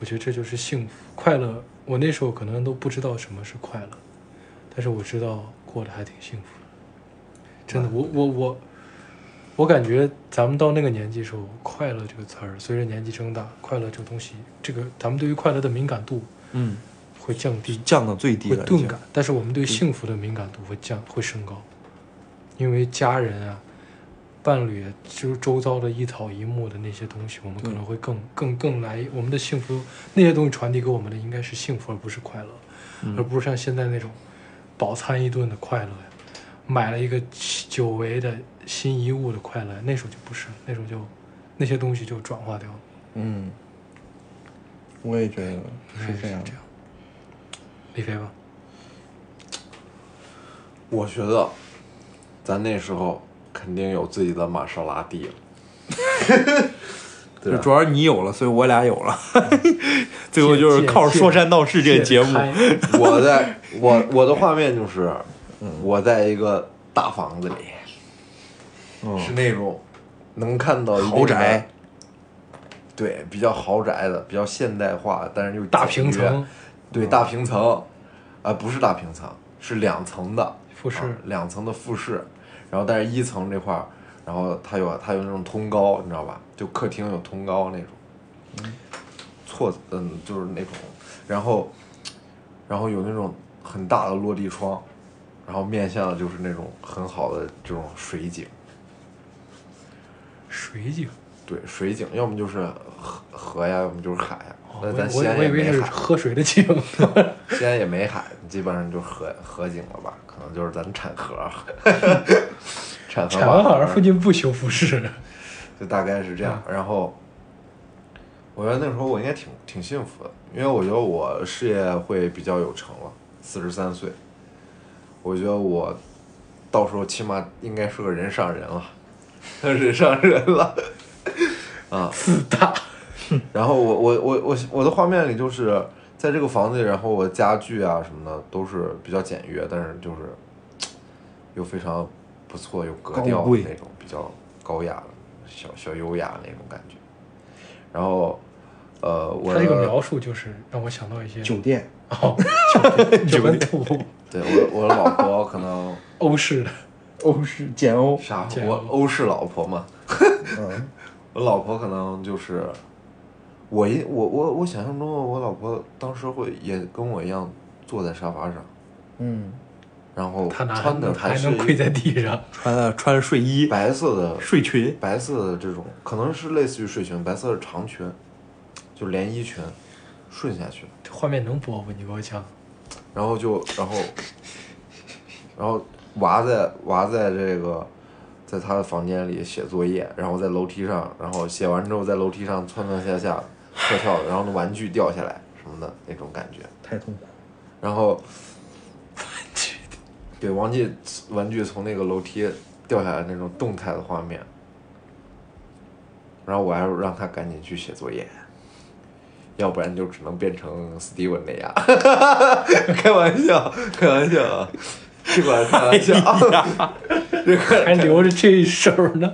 [SPEAKER 4] 我觉得这就是幸福快乐。我那时候可能都不知道什么是快乐，但是我知道过得还挺幸福的。真的，我我我我感觉咱们到那个年纪的时候，快乐这个词儿随着年纪增大，快乐这个东西，这个咱们对于快乐的敏感度
[SPEAKER 3] 嗯，
[SPEAKER 4] 会降
[SPEAKER 3] 就
[SPEAKER 4] 低，
[SPEAKER 3] 降到最低
[SPEAKER 4] 会
[SPEAKER 3] 了已经。
[SPEAKER 4] 钝感，但是我们对幸福的敏感度会降会升高，因为家人啊、伴侣啊，就是周遭的一草一木的那些东西，我们可能会更更更来我们的幸福那些东西传递给我们的应该是幸福，而不是快乐，
[SPEAKER 5] 嗯
[SPEAKER 4] 而不是像现在那种饱餐一顿的快乐呀，买了一个久违的新衣物的快乐，那时候就不是，那时候就那些东西就转化掉了，
[SPEAKER 3] 嗯，我也觉得是这样
[SPEAKER 4] 这。样。李飞吧，
[SPEAKER 5] 我觉得，咱那时候肯定有自己的玛莎拉蒂了。对
[SPEAKER 3] 就
[SPEAKER 5] 吧
[SPEAKER 3] 主要是你有了，所以我俩有了。最后就是靠《
[SPEAKER 4] 借
[SPEAKER 3] 说山道事》这个节目，
[SPEAKER 4] 开
[SPEAKER 5] [laughs] 我在我我的画面就是，嗯我在一个大房子里，
[SPEAKER 4] 嗯
[SPEAKER 5] 是那种能看到一定的
[SPEAKER 3] 豪宅，
[SPEAKER 5] 对，比较豪宅的，比较现代化，但是又
[SPEAKER 4] 大
[SPEAKER 5] 简
[SPEAKER 4] 平
[SPEAKER 5] 约
[SPEAKER 4] 层，
[SPEAKER 5] 对，大平层，啊、不是大平层，是两层的
[SPEAKER 4] 复式
[SPEAKER 5] 啊两层的复式，然后但是一层这块儿，然后它有它有那种通高，你知道吧？就客厅有通高那种，
[SPEAKER 4] 嗯
[SPEAKER 5] 错，嗯，就是那种，然后，然后有那种很大的落地窗，然后面向的就是那种很好的这种水景，
[SPEAKER 4] 水井。
[SPEAKER 5] 对，水景，要么就是河河呀，要么就是海呀。那
[SPEAKER 4] 哦
[SPEAKER 5] 咱
[SPEAKER 4] 我
[SPEAKER 5] 西
[SPEAKER 4] 以
[SPEAKER 5] 安
[SPEAKER 4] 我以
[SPEAKER 5] 也
[SPEAKER 4] 为
[SPEAKER 5] 没
[SPEAKER 4] 是
[SPEAKER 5] 海，
[SPEAKER 4] 喝水的井，
[SPEAKER 5] 西安也没海，基本上就是河河景了吧？可能就是咱产河， [laughs] 产河
[SPEAKER 4] 产
[SPEAKER 5] 吧嗯
[SPEAKER 4] 完好像附近不修复式。
[SPEAKER 5] 就大概是这样。然后，我觉得那时候我应该挺挺幸福的，因为我觉得我事业会比较有成了，四十三岁，我觉得我到时候起码应该是个人上人了， [laughs] 人上人了。啊，自
[SPEAKER 4] 大。
[SPEAKER 5] [laughs] 然后我我我我我的画面里就是在这个房子里，然后我家具啊什么的都是比较简约，但是就是又非常不错，有格调
[SPEAKER 3] 高
[SPEAKER 5] 的
[SPEAKER 3] 贵
[SPEAKER 5] 那种比较高雅的小小优雅那种感觉。然后，呃，我
[SPEAKER 4] 他这个描述就是让我想到一些
[SPEAKER 3] 酒店
[SPEAKER 4] 哦，
[SPEAKER 5] [laughs]
[SPEAKER 4] 就很土
[SPEAKER 5] 对我我的老婆可能
[SPEAKER 4] 欧式的，
[SPEAKER 3] 欧式简欧，
[SPEAKER 5] 啥
[SPEAKER 4] 见
[SPEAKER 5] 我
[SPEAKER 4] 过
[SPEAKER 5] 欧式老婆嘛，
[SPEAKER 3] 嗯，
[SPEAKER 5] [laughs] 我老婆可能就是我一我我我想象中的我老婆当时会也跟我一样坐在沙发上，
[SPEAKER 3] 嗯，
[SPEAKER 5] 然后
[SPEAKER 4] 他哪
[SPEAKER 5] 穿的
[SPEAKER 4] 还
[SPEAKER 5] 是
[SPEAKER 4] 能跪
[SPEAKER 5] 一
[SPEAKER 4] 在
[SPEAKER 5] 个
[SPEAKER 4] 地上？
[SPEAKER 3] 穿的穿着睡衣、
[SPEAKER 5] 白色的
[SPEAKER 3] 睡裙，
[SPEAKER 5] 白色的这种，可能是类似于睡裙，白色的长裙，就连衣裙，顺下去，
[SPEAKER 4] 这画面能播不？你给我讲。
[SPEAKER 5] 然后就然后，然后娃在娃在这个，在他的房间里写作业，然后在楼梯上，然后写完之后在楼梯上窜窜下下，跳跳，然后那玩具掉下来什么的那种感觉，
[SPEAKER 3] 太痛苦。
[SPEAKER 5] 然后。对，王记玩具从那个楼梯掉下来那种动态的画面，然后我还让他赶紧去写作业，要不然就只能变成 Steven 那样。 [laughs] 开玩笑，开玩笑啊，这个开玩笑啊， [laughs] 这个
[SPEAKER 4] 还留着这一手呢。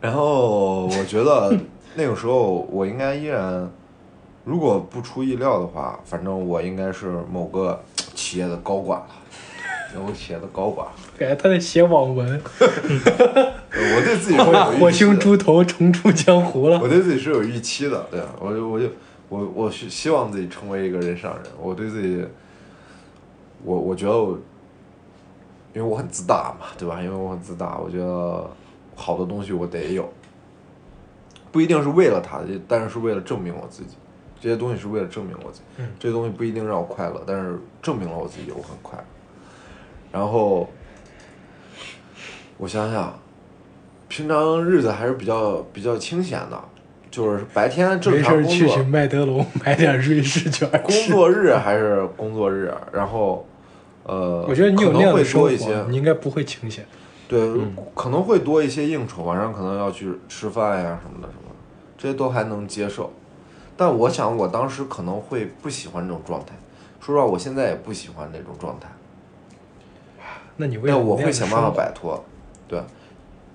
[SPEAKER 5] 然后我觉得 [laughs] 那个时候我应该依然，如果不出意料的话，反正我应该是某个企业的高管了，某个企业的高管。
[SPEAKER 4] 感觉他在写网文，
[SPEAKER 5] 我对自己是
[SPEAKER 4] [laughs]
[SPEAKER 5] 有预期的
[SPEAKER 4] 火星猪头重出江湖了
[SPEAKER 5] 我。对自己是有预期的，对啊，我就我就我我是希望自己成为一个人上人，我对自己，我我觉得我，因为我很自大嘛，对吧？因为我很自大，我觉得好的东西我得有，不一定是为了他，也但是是为了证明我自己，这些东西是为了证明我自己，
[SPEAKER 4] 嗯
[SPEAKER 5] 这些东西不一定让我快乐，但是证明了我自己，我很快乐。然后我想想，平常日子还是比较比较清闲的，就是白天正
[SPEAKER 4] 没事
[SPEAKER 5] 常
[SPEAKER 4] 儿
[SPEAKER 5] 工
[SPEAKER 4] 去
[SPEAKER 5] 作
[SPEAKER 4] 去，麦德龙买点瑞士卷儿
[SPEAKER 5] 工
[SPEAKER 4] 吃。
[SPEAKER 5] 作日还是工作日，然后呃，
[SPEAKER 4] 我觉得你有
[SPEAKER 5] 可
[SPEAKER 4] 那
[SPEAKER 5] 能
[SPEAKER 4] 样
[SPEAKER 5] 会
[SPEAKER 4] 的生
[SPEAKER 5] 多一
[SPEAKER 4] 活
[SPEAKER 5] 些，，
[SPEAKER 4] 你应该不会清闲。
[SPEAKER 5] 对，可能会多一些应酬，晚上可能要去吃饭呀什么的什么的，这些都还能接受。但我想我当时可能会不喜欢这种状态，说实话，我现在也不喜欢这种状态。
[SPEAKER 4] 那你为
[SPEAKER 5] 那
[SPEAKER 4] 了
[SPEAKER 5] 我
[SPEAKER 4] 那
[SPEAKER 5] 会
[SPEAKER 4] 样的
[SPEAKER 5] 想
[SPEAKER 4] 生
[SPEAKER 5] 办法
[SPEAKER 4] 活
[SPEAKER 5] 摆脱，对。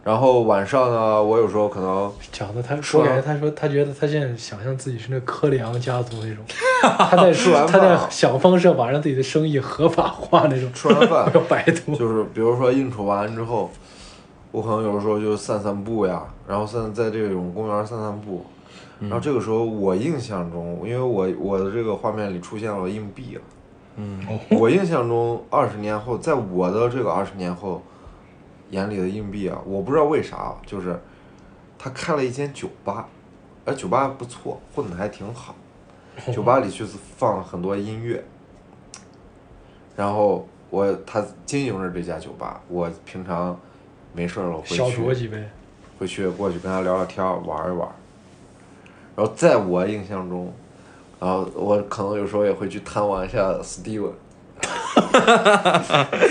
[SPEAKER 5] 然后晚上呢，我有时候可 [laughs] 能
[SPEAKER 4] 讲的他，
[SPEAKER 5] 吃
[SPEAKER 4] 我
[SPEAKER 5] 完
[SPEAKER 4] 感觉他说他觉得他现在想象自己是那柯里昂家族
[SPEAKER 5] [laughs]
[SPEAKER 4] 那种，他在
[SPEAKER 5] 吃完
[SPEAKER 4] 他
[SPEAKER 5] 饭
[SPEAKER 4] 在想方设法让自己的生意合法化那
[SPEAKER 5] [laughs]
[SPEAKER 4] 种，
[SPEAKER 5] 吃完饭
[SPEAKER 4] 要摆脱。
[SPEAKER 5] 就是比如说应酬完之后，我可能有时候就散散步呀，然后散在这种公园散散步，然后这个时候我印象中，因为我我的这个画面里出现了硬币啊，嗯，我印象中二十年后，在我的这个二十年后眼里的硬币啊，我不知道为啥，就是他开了一间酒吧，而酒吧还不错，混的还挺
[SPEAKER 4] [laughs]
[SPEAKER 5] 好，酒吧里去放了很多音乐，然后我他经营着这家酒吧，我平常没事儿了我
[SPEAKER 4] 小酌
[SPEAKER 5] 回去
[SPEAKER 4] 几杯，
[SPEAKER 5] 回去过去跟他聊聊天儿玩一玩儿，然后在我印象中，然后我可能有时候也会去探望一下 Steven。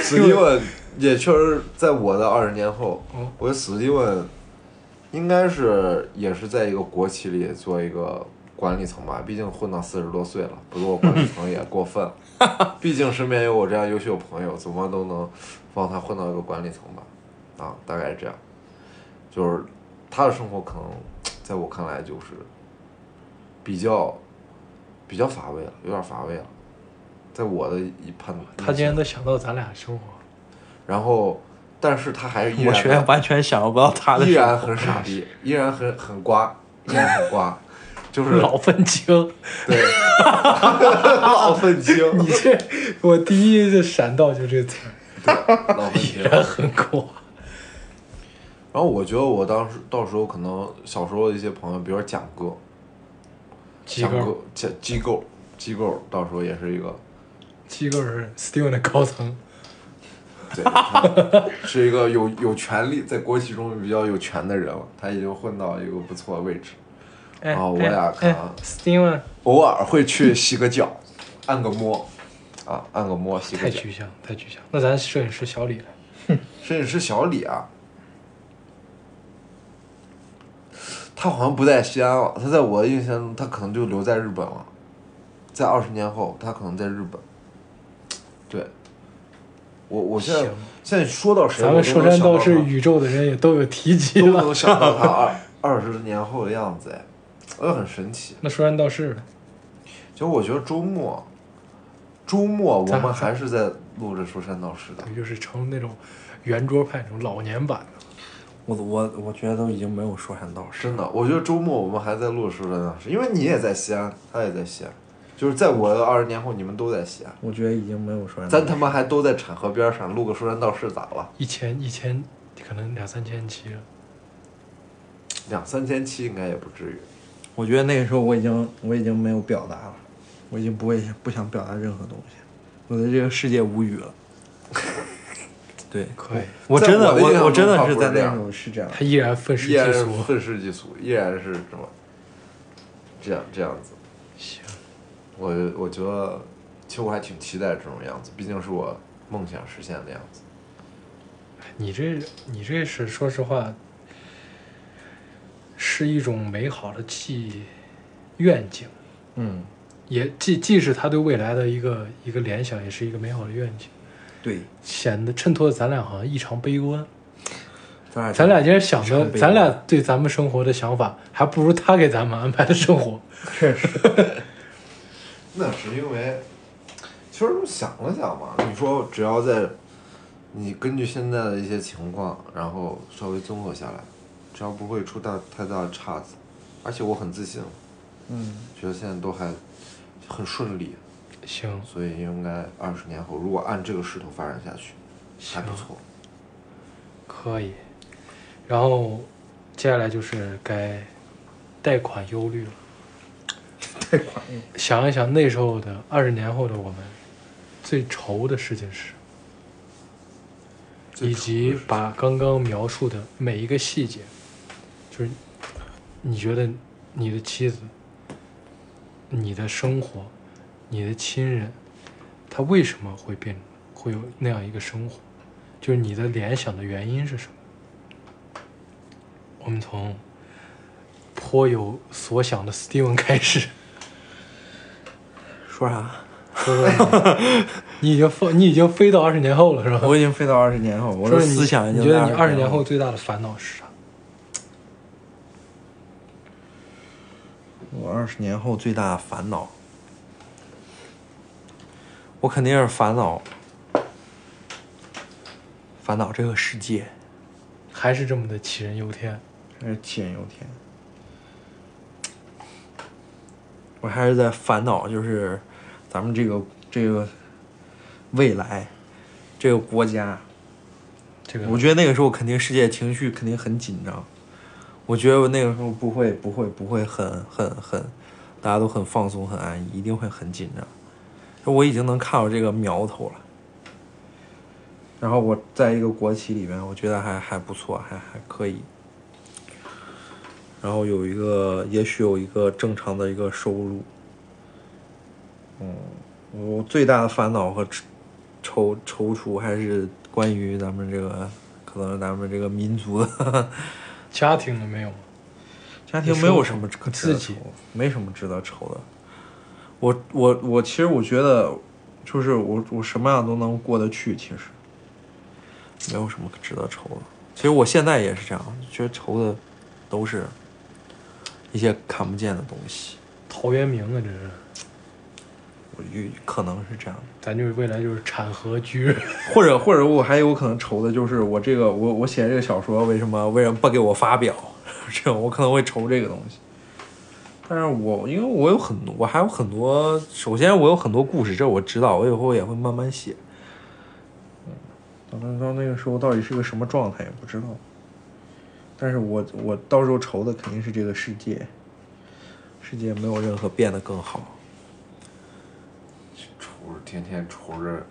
[SPEAKER 5] 史蒂文也确实在我的二十年后，我觉得史蒂文应该是也是在一个国企里做一个管理层吧，毕竟混到四十多岁了，不做管理层也过分了。毕竟身边有我这样优秀的朋友，怎么都能帮他混到一个管理层吧，啊，大概是这样。就是他的生活可能在我看来就是比较比较乏味了，有点乏味了，在我的一判断。
[SPEAKER 4] 他竟然能想到咱俩生活，
[SPEAKER 5] 然后，但是他还是依
[SPEAKER 3] 我觉得
[SPEAKER 5] 然
[SPEAKER 3] 完全想象不到他的
[SPEAKER 5] 依
[SPEAKER 3] 生活
[SPEAKER 5] 然很傻
[SPEAKER 4] [laughs]
[SPEAKER 5] 逼，依然很很瓜，依然很瓜，就是
[SPEAKER 4] 老愤青。
[SPEAKER 5] 对
[SPEAKER 4] [laughs]
[SPEAKER 5] 老愤青，
[SPEAKER 4] 你这我第一就闪到就这词儿，
[SPEAKER 5] 老愤青。
[SPEAKER 4] 很酷。啊
[SPEAKER 5] 然后我觉得我当时到时候可能小时候的一些朋友，比如说蒋哥，
[SPEAKER 4] 机
[SPEAKER 5] 蒋
[SPEAKER 4] 构
[SPEAKER 5] 哥蒋机构机构，到时候也是一个
[SPEAKER 4] 机构是 Steven 的高层，
[SPEAKER 5] 哦对，他是一个有有权利在国企中比较有权的人了，他已经混到一个不错的位置。
[SPEAKER 4] 哎，
[SPEAKER 5] 哦我俩看啊
[SPEAKER 4] s t e v e n
[SPEAKER 5] 偶尔会去洗个脚，按个摩，啊，按个摩，洗个
[SPEAKER 4] 太
[SPEAKER 5] 脚。
[SPEAKER 4] 具象，太具象。那咱摄影师小李呢？
[SPEAKER 5] 摄影师小李啊，他好像不在西安了，他在我的印象中，他可能就留在日本了，在二十年后，他可能在日本。对，我我现在
[SPEAKER 4] 行
[SPEAKER 5] 现在说到谁，
[SPEAKER 4] 咱
[SPEAKER 5] 我
[SPEAKER 4] 们
[SPEAKER 5] 都
[SPEAKER 4] 说
[SPEAKER 5] 能
[SPEAKER 4] 山
[SPEAKER 5] 想
[SPEAKER 4] 道
[SPEAKER 5] 到
[SPEAKER 4] 是
[SPEAKER 5] 他
[SPEAKER 4] 宇宙的人也都有提及
[SPEAKER 5] 都
[SPEAKER 4] 了。
[SPEAKER 5] 能想
[SPEAKER 4] [laughs]
[SPEAKER 5] 到他二二十年后的样子，哎，我也很神奇。
[SPEAKER 4] 那说山道是呢？
[SPEAKER 5] 就我觉得周末，周末我
[SPEAKER 4] 咱
[SPEAKER 5] 们还是在录着说山道士的。
[SPEAKER 4] 对，就是成那种圆桌派那种老年版的。
[SPEAKER 3] 我我我觉得都已经没有说山道士
[SPEAKER 5] 真的，我觉得周末我们还在录《说山道士》，因为你也在西安，他也在西安，就是在我的二十年后，你们都在西安，
[SPEAKER 3] 我觉得已经没有说
[SPEAKER 5] 咱他妈还都在产河边上录个说山道是咋了？
[SPEAKER 4] 一千一千，可能两三千期了。
[SPEAKER 5] 两三千期应该也不至于。
[SPEAKER 3] 我觉得那个时候我已经我已经没有表达了，我已经不会不想表达任何东西，我对这个世界无语了。 [laughs] 对，
[SPEAKER 4] 可以，
[SPEAKER 3] 我真的
[SPEAKER 5] 在我的印象
[SPEAKER 3] 我
[SPEAKER 5] 中
[SPEAKER 3] 我真的
[SPEAKER 5] 他
[SPEAKER 3] 是
[SPEAKER 5] 不是
[SPEAKER 3] 在
[SPEAKER 5] 这
[SPEAKER 3] 那
[SPEAKER 5] 样
[SPEAKER 3] 时候是这样，
[SPEAKER 4] 他依然愤世
[SPEAKER 5] 依然
[SPEAKER 4] 嫉
[SPEAKER 5] 是
[SPEAKER 4] 俗。
[SPEAKER 5] 愤世嫉俗，依然是什么？这样这样子，
[SPEAKER 4] 行，
[SPEAKER 5] 我我觉得，其实我还挺期待这种样子，毕竟是我梦想实现的样子。
[SPEAKER 4] 你这你这是说实话，是一种美好的寄愿景，
[SPEAKER 3] 嗯，
[SPEAKER 4] 也既既是他对未来的一个一个联想，也是一个美好的愿景，
[SPEAKER 3] 对，
[SPEAKER 4] 显得衬托得咱俩好像异常悲观。
[SPEAKER 3] 咱俩
[SPEAKER 4] 咱俩今天想
[SPEAKER 3] 嗯常
[SPEAKER 4] 的，
[SPEAKER 3] 悲
[SPEAKER 4] 咱
[SPEAKER 3] 观
[SPEAKER 4] 俩对咱们生活的想法，还不如他给咱们安排的生活。
[SPEAKER 3] 确实，
[SPEAKER 5] 那是因为，其实想了想嘛，你说只要在，你根据现在的一些情况，然后稍微综合下来，只要不会出大太大的岔子，而且我很自信，
[SPEAKER 3] 嗯，
[SPEAKER 5] 觉得现在都还很顺利，
[SPEAKER 4] 行，
[SPEAKER 5] 所以应该二十年后，如果按这个势头发展下去，还不
[SPEAKER 4] 行
[SPEAKER 5] 错。
[SPEAKER 4] 可以。然后接下来就是该贷款忧虑了。
[SPEAKER 3] 太管用，
[SPEAKER 4] 想一想那时候的二十年后的我们，最愁的事情是，以及把刚刚描述的每一个细节，就是你觉得你的妻子、你的生活、你的亲人，他为什么会变，会有那样一个生活？就是你的联想的原因是什么？我们从颇有所想的 Steven 开始。
[SPEAKER 3] 说啥？
[SPEAKER 4] [laughs] 你已经飞，你已经飞到二十年后了，是吧？
[SPEAKER 3] 我已经飞到二十年后，我
[SPEAKER 4] 说
[SPEAKER 3] 的
[SPEAKER 4] 你
[SPEAKER 3] 思想已经
[SPEAKER 4] 你觉得你
[SPEAKER 3] 在
[SPEAKER 4] 二十
[SPEAKER 3] 年
[SPEAKER 4] 年后最大的烦恼是啥？
[SPEAKER 3] 我二十年后最大的烦恼，我肯定是烦恼，烦恼这个世界，
[SPEAKER 4] 还是这么的杞人忧天？
[SPEAKER 3] 还是杞人忧天。我还是在烦恼，就是咱们这个这个未来，这个国家，
[SPEAKER 4] 这个
[SPEAKER 3] 我觉得那个时候肯定世界情绪肯定很紧张，我觉得我那个时候不会不会不会很很很，大家都很放松很安逸，一定会很紧张。就我已经能看到这个苗头了。然后我在一个国企里面，我觉得还还不错，还还可以。然后有一个，也许有一个正常的一个收入。嗯，我最大的烦恼和踌踌躇还是关于咱们这个，可能咱们这个民族的
[SPEAKER 4] 家庭了没有？
[SPEAKER 3] 家庭没有什么可值得
[SPEAKER 4] 自
[SPEAKER 3] 愁
[SPEAKER 4] 己，
[SPEAKER 3] 没什么值得愁的。我我我其实我觉得，就是我我什么样都能过得去，其实没有什么可值得愁的。其实我现在也是这样，觉得愁的都是一些看不见的东西，
[SPEAKER 4] 陶渊明啊，这是，
[SPEAKER 3] 我有可能是这样的。
[SPEAKER 4] 咱就是未来就是产
[SPEAKER 3] [laughs]
[SPEAKER 4] 和居，
[SPEAKER 3] 或者或者我还有可能愁的就是我这个我我写这个小说为什么为什么不给我发表？这种我可能会愁这个东西。但是我因为我有很多我还有很多，首先我有很多故事，这我知道，我以后也会慢慢写。嗯，到到那个时候到底是个什么状态也不知道。但是我我到时候愁的肯定是这个世界，世界没有任何变得更好。
[SPEAKER 5] 愁着天天愁着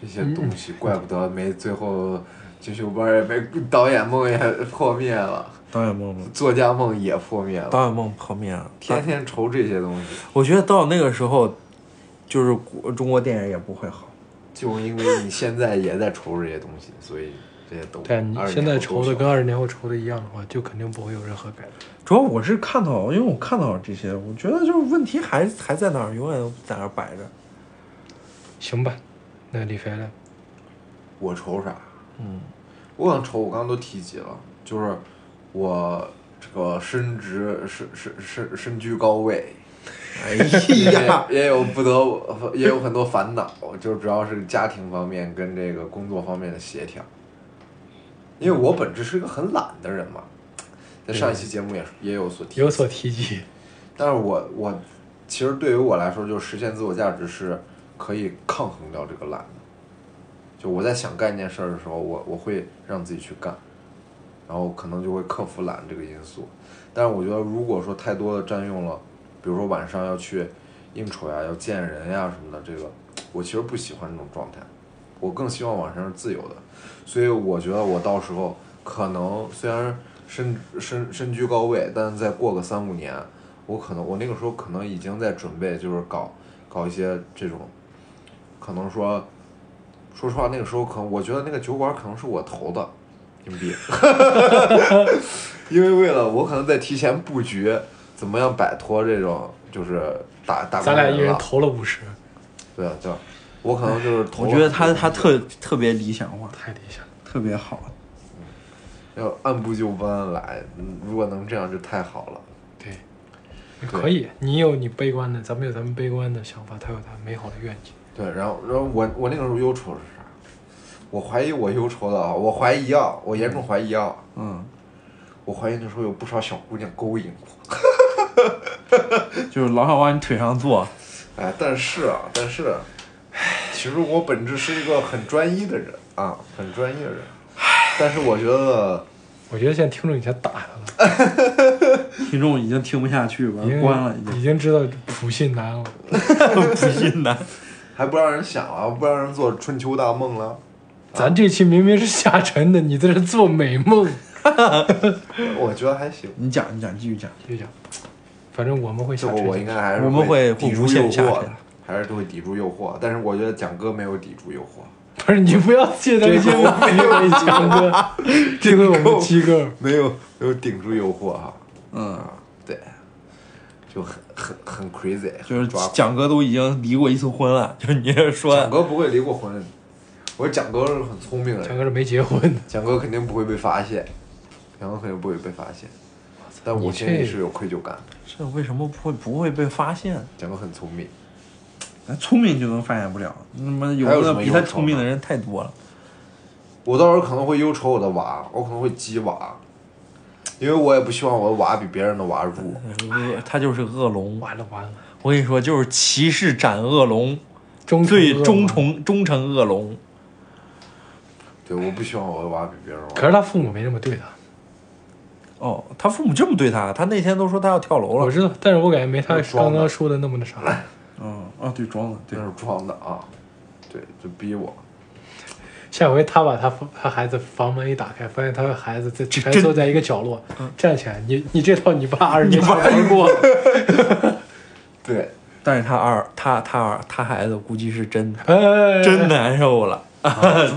[SPEAKER 5] 这些东西，怪不得没最后进修班也没导演梦也破灭了，
[SPEAKER 3] 导演梦梦，
[SPEAKER 5] 作家梦也破灭了，
[SPEAKER 3] 导演梦破灭了，
[SPEAKER 5] 天天愁这些东西，
[SPEAKER 3] 我觉得到那个时候，就是国中国电影也不会好。
[SPEAKER 5] 就因为你现在也在愁这些东西，所以这些都
[SPEAKER 4] 但你
[SPEAKER 5] 20
[SPEAKER 4] 现在
[SPEAKER 5] 年后
[SPEAKER 4] 愁
[SPEAKER 5] 都
[SPEAKER 4] 的
[SPEAKER 5] 少
[SPEAKER 4] 跟二十年后愁的一样的话，就肯定不会有任何改变。
[SPEAKER 3] 主要我是看到，因为我看到这些，我觉得就是问题还还在那儿，永远都在那儿摆着。
[SPEAKER 4] 行吧，那李飞呢？
[SPEAKER 5] 我愁啥？
[SPEAKER 3] 嗯，
[SPEAKER 5] 我想愁，我刚刚都提及了，就是我这个身职身身身身居高位，
[SPEAKER 3] 哎呀，
[SPEAKER 5] [laughs] 也也有不得，也有很多烦恼，就主要是家庭方面跟这个工作方面的协调。因为我本质是一个很懒的人嘛，在上一期节目也也有所提，
[SPEAKER 4] 有所提及，
[SPEAKER 5] 但是我我其实对于我来说，就是实现自我价值是可以抗衡掉这个懒的。就我在想干一件事儿的时候，我我会让自己去干，然后可能就会克服懒这个因素。但是我觉得，如果说太多的占用了，比如说晚上要去应酬呀、要见人呀什么的，这个我其实不喜欢这种状态。我更希望晚上是自由的，所以我觉得我到时候可能虽然身身身居高位，但是再过个三五年，我可能我那个时候可能已经在准备，就是搞搞一些这种，可能说，说实话，那个时候可能我觉得那个酒馆可能是我投的硬币， [laughs] 因为为了我可能在提前布局，怎么样摆脱这种就是打打
[SPEAKER 4] 咱
[SPEAKER 5] 工
[SPEAKER 3] 啊
[SPEAKER 4] 俩一人
[SPEAKER 5] 了
[SPEAKER 4] 投了五十，
[SPEAKER 5] 对啊对啊，我可能就是投
[SPEAKER 3] 我
[SPEAKER 5] 了
[SPEAKER 3] 觉得他
[SPEAKER 5] 很多
[SPEAKER 3] 他
[SPEAKER 5] 东西
[SPEAKER 3] 特特别理想化，
[SPEAKER 4] 太理想了。
[SPEAKER 3] 特别好。
[SPEAKER 5] 要按部就班来，嗯如果能这样就太好了。
[SPEAKER 4] 对，可以，你有你悲观的，咱们有咱们悲观的想法，他有他美好的愿景。
[SPEAKER 5] 对，然后然后我我那个时候忧愁是啥？我怀疑我忧愁的啊，我怀疑啊，我严重怀疑啊，
[SPEAKER 3] 嗯，
[SPEAKER 5] 我怀疑那时候有不少小姑娘勾引我。
[SPEAKER 3] 就是老想往你腿上坐。
[SPEAKER 5] 哎，但是啊，但是，其实我本质是一个很专一的人啊，很专一的人。但是我觉得，
[SPEAKER 4] 我觉得现在听众已经打他了，
[SPEAKER 3] 听众已经听不下去了
[SPEAKER 4] 已经，
[SPEAKER 3] 呃关了已经。
[SPEAKER 4] 已经知道普信男了。
[SPEAKER 3] 不信男，
[SPEAKER 5] 还不让人想啊，不让人做春秋大梦了。
[SPEAKER 4] 咱这期明明是下沉的，你在这做美梦。
[SPEAKER 5] 我觉得还行，
[SPEAKER 3] [laughs] 你讲你讲，继续讲。
[SPEAKER 4] 就讲，反正我们会下
[SPEAKER 5] 最后
[SPEAKER 4] 沉。
[SPEAKER 5] 我应该还是
[SPEAKER 3] 我们
[SPEAKER 5] 会
[SPEAKER 3] 会
[SPEAKER 5] 抵住
[SPEAKER 3] 无
[SPEAKER 5] 诱
[SPEAKER 3] 限下
[SPEAKER 5] 惑的
[SPEAKER 3] 沉，
[SPEAKER 5] 还是会抵住诱惑。但是我觉得蒋哥没有抵住诱惑，
[SPEAKER 4] 不是你不要借咱节目诋毁强哥，诋毁我们七个。
[SPEAKER 5] 没有没有顶住诱惑哈、
[SPEAKER 3] 嗯，
[SPEAKER 5] 对，就很很很 crazy，
[SPEAKER 3] 就是
[SPEAKER 5] 很抓狂。
[SPEAKER 3] 蒋哥都已经离过一次婚了，就是你这
[SPEAKER 5] 蒋
[SPEAKER 3] 说，
[SPEAKER 5] 哥不会离过婚，我说蒋哥是很聪明的
[SPEAKER 4] 强
[SPEAKER 5] 人，
[SPEAKER 4] 哥是没结婚的，
[SPEAKER 5] 蒋哥肯定不会被发现，蒋哥肯定不会被发现，但我心里
[SPEAKER 4] 你这
[SPEAKER 5] 是有愧疚感的。
[SPEAKER 3] 这为什么不会不会被发现？
[SPEAKER 5] 蒋哥很聪明，
[SPEAKER 3] 咱聪明就能发现不了，他妈有
[SPEAKER 5] 还有什
[SPEAKER 3] 的
[SPEAKER 5] 么
[SPEAKER 3] 比他
[SPEAKER 5] 忧愁
[SPEAKER 3] 聪明
[SPEAKER 5] 呢
[SPEAKER 3] 的人太多了。
[SPEAKER 5] 我到时候可能会忧愁我的娃，我可能会鸡娃，因为我也不希望我的娃比别人的娃弱。
[SPEAKER 3] 恶，他就是恶龙。
[SPEAKER 4] 完了完了，
[SPEAKER 3] 我跟你说，就是骑士斩恶龙，
[SPEAKER 4] 忠诚
[SPEAKER 3] 最
[SPEAKER 4] 恶魔
[SPEAKER 3] 忠。诚忠诚恶龙。
[SPEAKER 5] 对，我不希望我的娃比别人的娃
[SPEAKER 4] 可是他父母没这么对他，
[SPEAKER 3] 哦，他父母这么对他，他那天都说他要跳楼
[SPEAKER 4] 我
[SPEAKER 3] 了。
[SPEAKER 4] 知道，但是我感觉没他
[SPEAKER 5] 那是装的
[SPEAKER 4] 刚刚说的那么那啥。
[SPEAKER 3] 嗯，啊，对，装的，
[SPEAKER 5] 那是装的啊，对，就逼我。
[SPEAKER 4] 下回他把他他孩子房门一打开，发现他的孩子在蜷缩在一个角落，站起来，你你这套你爸
[SPEAKER 3] [laughs]
[SPEAKER 4] 二十年前玩过，
[SPEAKER 5] 对，
[SPEAKER 3] 但是他二，他他二，他孩子估计是真的，啊
[SPEAKER 4] 哎，
[SPEAKER 3] [laughs] 真难受了。
[SPEAKER 5] 怎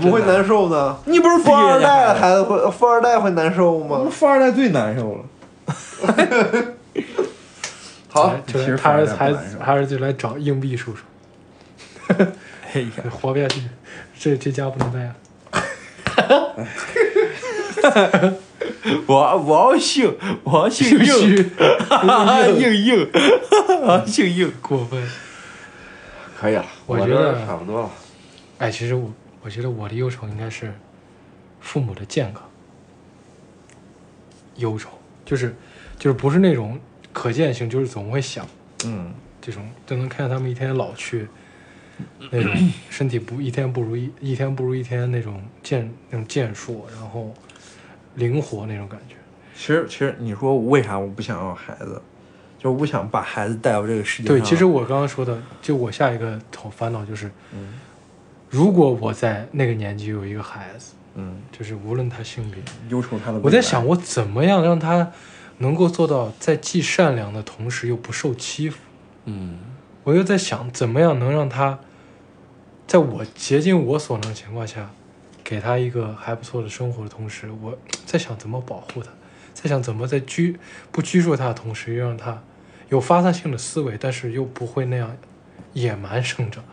[SPEAKER 3] [laughs]
[SPEAKER 5] 么会难受 [laughs] 呢？
[SPEAKER 3] 你不是
[SPEAKER 5] 富二
[SPEAKER 3] [laughs]
[SPEAKER 5] 代的
[SPEAKER 3] 还，
[SPEAKER 5] 孩子会，富二代会难受吗？
[SPEAKER 3] 富二代最难受了。
[SPEAKER 5] 好，
[SPEAKER 4] 哎就
[SPEAKER 3] 其
[SPEAKER 4] 是
[SPEAKER 3] 实
[SPEAKER 4] 他
[SPEAKER 3] 反
[SPEAKER 4] 儿
[SPEAKER 3] 而
[SPEAKER 4] 子
[SPEAKER 3] 不
[SPEAKER 4] 还
[SPEAKER 3] 难受
[SPEAKER 4] 还是就来找硬币叔叔，
[SPEAKER 3] 哎呀，
[SPEAKER 4] [laughs] 活不下去，这这家不能待了。
[SPEAKER 3] 我我要姓，我要姓 [laughs]
[SPEAKER 4] 必
[SPEAKER 3] 硬，
[SPEAKER 4] 须
[SPEAKER 3] 硬硬，我要姓硬。
[SPEAKER 4] 过分。
[SPEAKER 5] 可以了，
[SPEAKER 4] 我
[SPEAKER 5] 这
[SPEAKER 4] 觉得
[SPEAKER 5] 差不多了。
[SPEAKER 4] 哎，其实我我觉得我的忧愁应该是父母的健康忧愁，就是就是不是那种可见性，就是总会想
[SPEAKER 3] 嗯，
[SPEAKER 4] 这种就能看见他们一天老去，那种身体不一天不如一一天不如一天那种健那种健硕，然后灵活那种感觉。
[SPEAKER 3] 其实其实你说为啥我不想要孩子，就是我不想把孩子带到这个世界上。
[SPEAKER 4] 对，其实我刚刚说的，就我下一个头烦恼就是，如果我在那个年纪有一个孩子，
[SPEAKER 3] 嗯，
[SPEAKER 4] 就是无论他性别，
[SPEAKER 3] 忧愁他的。
[SPEAKER 4] 我在想，，我怎么样让他能够做到在既善良的同时又不受欺负？
[SPEAKER 3] 嗯，
[SPEAKER 4] 我又在想，怎么样能让他在我竭尽我所能的情况下，给他一个还不错的生活的同时，我在想怎么保护他，在想怎么在拘不拘束他的同时，又让他有发散性的思维，但是又不会那样野蛮生长。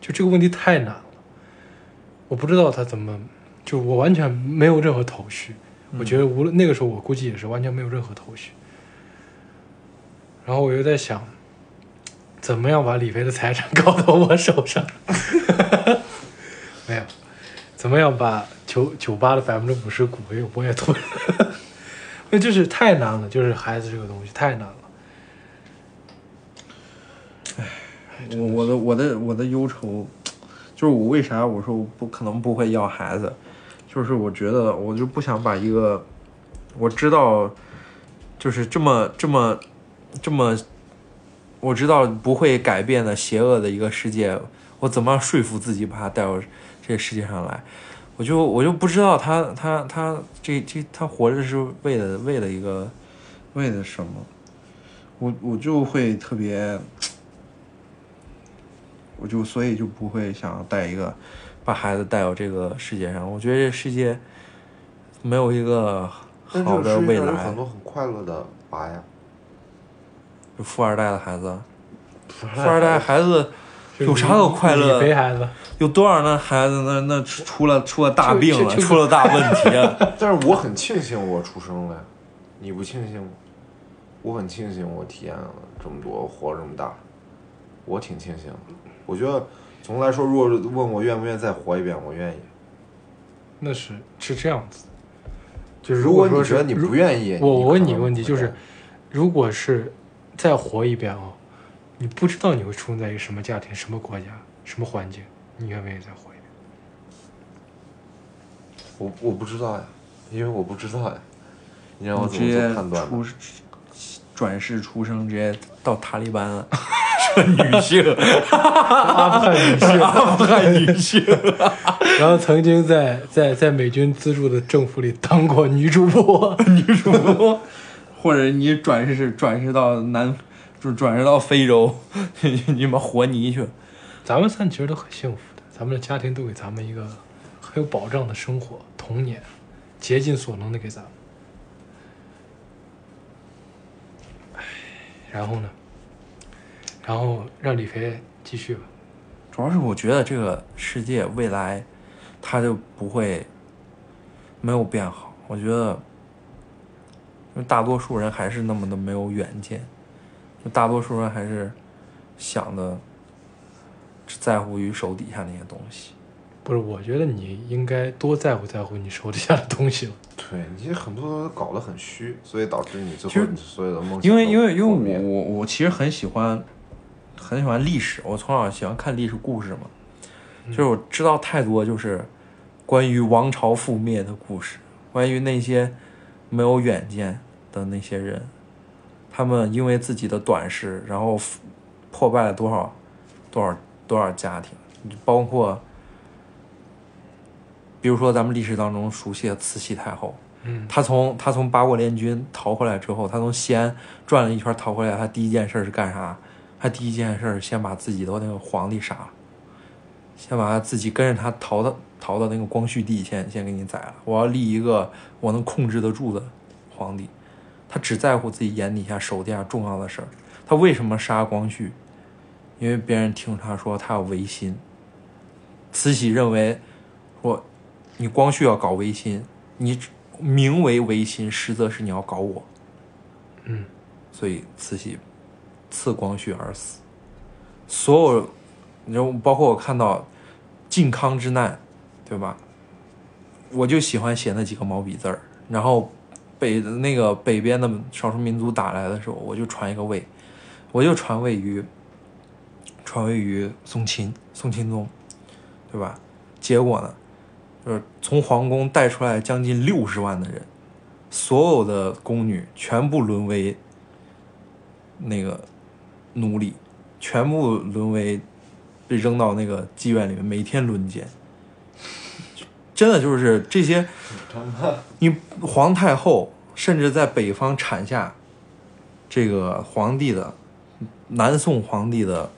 [SPEAKER 4] 就这个问题太难了，我不知道他怎么，就我完全没有任何头绪。我觉得无论那个时候，我估计也是完全没有任何头绪。然后我又在想，怎么样把李飞的财产搞到我手上？ [laughs] 没有，怎么样把酒酒吧的百分之五十股给我也吞了？ [laughs] 那就是太难了，就是孩子这个东西太难了。
[SPEAKER 3] 我我的我的我的忧愁，就是我为啥我说我不可能不会要孩子，就是我觉得我就不想把一个我知道就是这么这么这么我知道不会改变的邪恶的一个世界，我怎么样说服自己把它带到这个世界上来？我就我就不知道他他他这这他活着是为了为了一个为了什么？我我就会特别，我就所以就不会想要带一个把孩子带到这个世界上。我觉得这世界没有一个
[SPEAKER 5] 但这
[SPEAKER 3] 好
[SPEAKER 5] 个
[SPEAKER 3] 的
[SPEAKER 5] 世界
[SPEAKER 3] 未
[SPEAKER 5] 上有
[SPEAKER 3] 来
[SPEAKER 5] 很，多很快乐的娃 [laughs] 呀，
[SPEAKER 3] 就富二代的孩子，富
[SPEAKER 5] 富
[SPEAKER 3] 二代孩子有啥可快乐
[SPEAKER 4] 李
[SPEAKER 3] 的
[SPEAKER 4] 飞？孩子，
[SPEAKER 3] 有多少那孩子那那出出了出了大病了，
[SPEAKER 4] 就就
[SPEAKER 3] 出了大问题啊
[SPEAKER 4] [laughs]
[SPEAKER 3] 了。
[SPEAKER 5] 但是我很庆幸我出生了呀，你不庆幸吗？我很庆幸我体验了这么多，活了这么大，我挺庆幸的。我觉得总的来说，如果问我愿不愿意再活一遍，我愿意。
[SPEAKER 4] 那是是这样子。就是
[SPEAKER 5] 如
[SPEAKER 4] 果
[SPEAKER 5] 你
[SPEAKER 4] 说
[SPEAKER 5] 觉得
[SPEAKER 4] 是
[SPEAKER 5] 你
[SPEAKER 4] 如
[SPEAKER 5] 不愿意，
[SPEAKER 4] 我我
[SPEAKER 5] 可
[SPEAKER 4] 问
[SPEAKER 5] 能
[SPEAKER 4] 你
[SPEAKER 5] 不
[SPEAKER 4] 个问题
[SPEAKER 5] 会
[SPEAKER 4] 就是
[SPEAKER 5] 干，
[SPEAKER 4] 如果是再活一遍啊、你不知道你会出生在一个什么家庭、什么国家、什么环境，你愿不愿意再活一遍？
[SPEAKER 5] 我我不知道呀，因为我不知道呀，你让我
[SPEAKER 3] 我
[SPEAKER 5] 怎
[SPEAKER 3] 直
[SPEAKER 5] 么
[SPEAKER 3] 接
[SPEAKER 5] 做判断呢？
[SPEAKER 3] 出转世出生，直接到塔利班了， [laughs] 说女性。
[SPEAKER 4] 阿富汗女性，
[SPEAKER 3] 阿富汗女性，
[SPEAKER 4] [laughs]
[SPEAKER 3] [laughs]
[SPEAKER 4] 然后曾经在在在美军资助的政府里当过女主播，
[SPEAKER 3] 或者你转世转世到南，就转世到非洲， [laughs] 你你妈活泥去。
[SPEAKER 4] 咱们三其实都很幸福的，咱们的家庭都给咱们一个很有保障的生活、童年，竭尽所能的给咱们。唉，然后呢？然后让李飞继续吧。
[SPEAKER 3] 主要是我觉得这个世界未来，它就不会没有变好。我觉得，因为大多数人还是那么的没有远见，就大多数人还是想的只在乎于手底下那些东西。
[SPEAKER 4] 不是，我觉得你应该多在乎在乎你手底下的东西了。
[SPEAKER 5] 对你很多都搞得很虚，所以导致你最
[SPEAKER 3] 其实
[SPEAKER 5] 后你所有的梦想
[SPEAKER 3] 因为
[SPEAKER 5] 都
[SPEAKER 3] 因为因为
[SPEAKER 5] 破灭
[SPEAKER 3] 我我我其实很喜欢，很喜欢历史，我从小喜欢看历史故事嘛，就是我知道太多就是关于王朝覆灭的故事，关于那些没有远见的那些人，他们因为自己的短视，然后覆破败了多少多少多少家庭，包括比如说咱们历史当中熟悉的慈禧太后，
[SPEAKER 4] 嗯，
[SPEAKER 3] 他从他从八国联军逃回来之后，他从西安转了一圈逃回来，他第一件事是干啥？他第一件事是先把自己的那个皇帝杀了，先把他自己跟着他逃的逃到那个光绪帝先先给你宰了。我要立一个我能控制得住的皇帝，他只在乎自己眼底下手底下重要的事儿。他为什么杀光绪？因为别人听他说他要维新。慈禧认为说你光绪要搞维新，你只名为维新，实则是你要搞我。
[SPEAKER 4] 嗯，
[SPEAKER 3] 所以慈禧赐光绪而死。所有，然后包括我看到靖康之难，对吧？我就喜欢写那几个毛笔字儿。然后北那个北边的少数民族打来的时候，我就传一个魏，我就传位于传位于宋钦，宋钦宗，对吧？结果呢，就是从皇宫带出来将近六十万的人，所有的宫女全部沦为那个奴隶，全部沦为被扔到那个妓院里面，每天轮奸。真的就是这些，你皇太后甚至在北方产下这个皇帝的南宋皇帝的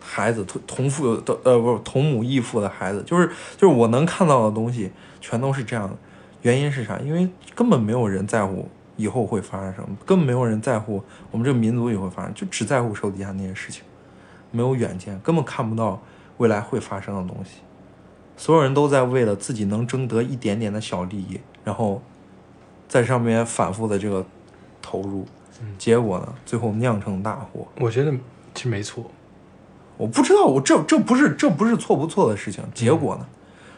[SPEAKER 3] 孩子同同父的呃不是同母异父的孩子，就是就是我能看到的东西全都是这样的。原因是啥？因为根本没有人在乎以后会发生什么，根本没有人在乎我们这个民族以后会发生，就只在乎手底下那些事情，没有远见，根本看不到未来会发生的东西。所有人都在为了自己能争得一点点的小利益，然后在上面反复的这个投入，结果呢，最后酿成大祸。
[SPEAKER 4] 我觉得其实没错。
[SPEAKER 3] 我不知道，我这这不是这不是错不错的事情。结果呢？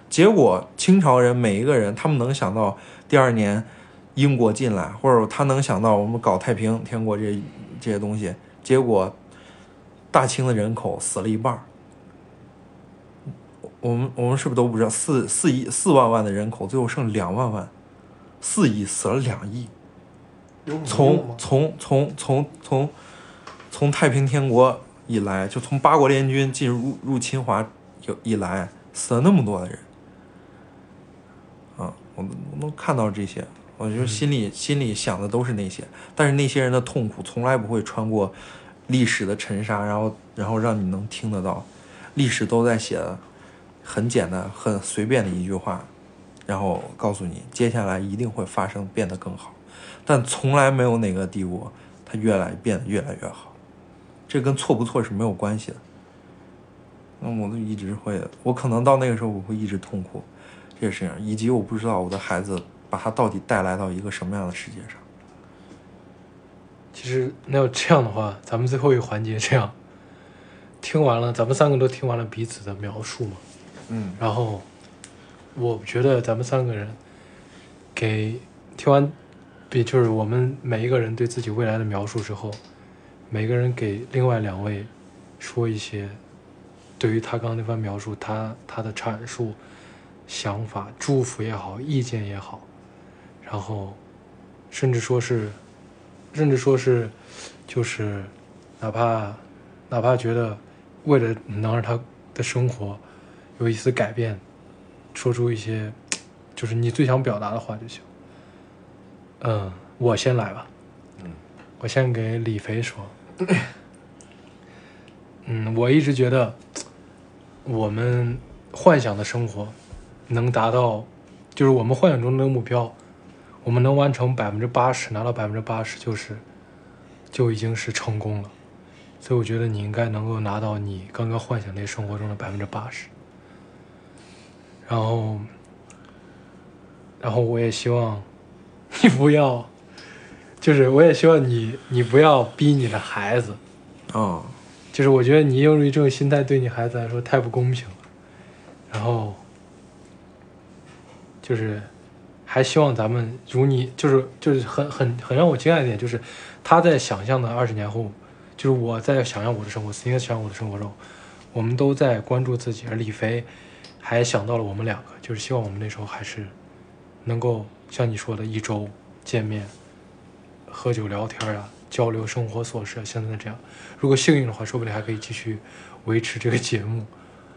[SPEAKER 3] 结果清朝人每一个人，他们能想到第二年英国进来，或者他能想到我们搞太平天国这这些东西，结果大清的人口死了一半儿。我我们我们是不是都不知道四四亿四万万的人口，最后剩两万万，四亿死了两亿。
[SPEAKER 4] 有什么用
[SPEAKER 3] 从
[SPEAKER 4] 吗？
[SPEAKER 3] 从从从从从太平天国以来，就从八国联军进入入侵华有以来，死了那么多的人，啊，我能我能看到这些，我
[SPEAKER 4] 嗯
[SPEAKER 3] 就心里、心里想的都是那些，但是那些人的痛苦从来不会穿过历史的尘沙，然后然后让你能听得到，历史都在写的很简单、很随便的一句话，然后告诉你接下来一定会发生变得更好。但从来没有哪个帝国它越来变得越来越好，这跟错不错是没有关系的。那我就一直会，我可能到那个时候我会一直痛苦这个事情，以及我不知道我的孩子把他到底带来到一个什么样的世界上。
[SPEAKER 4] 其实那要这样的话，咱们最后一个环节这样，听完了，咱们三个都听完了彼此的描述嘛，
[SPEAKER 5] 嗯，
[SPEAKER 4] 然后我觉得咱们三个人给听完，比就是我们每一个人对自己未来的描述之后，每个人给另外两位说一些对于他刚刚那番描述，他他的阐述、想法、祝福也好，意见也好，然后甚至说是，甚至说是，就是哪怕哪怕觉得为了能让他的生活有一丝改变，说出一些就是你最想表达的话就行。嗯，我先来吧。嗯，我先给李肥说。嗯，我一直觉得我们幻想的生活能达到，就是我们幻想中的目标，我们能完成百分之八十，拿到百分之八十就是就已经是成功了。所以我觉得你应该能够拿到你刚刚幻想那生活中的百分之八十。然后，然后我也希望你不要，就是我也希望你你不要逼你的孩子，
[SPEAKER 3] 啊、
[SPEAKER 4] 哦就是我觉得你用这种心态对你孩子来说太不公平了。然后，就是还希望咱们如你，就是就是很很很让我惊讶的一点，就是他在想象的二十年后，就是我在想象我的生活，斯宁在想象我的生活中，我们都在关注自己，而李飞还想到了我们两个，就是希望我们那时候还是能够像你说的一周见面，喝酒聊天啊，交流生活琐事啊，像现在这样。如果幸运的话，说不定还可以继续维持这个节目，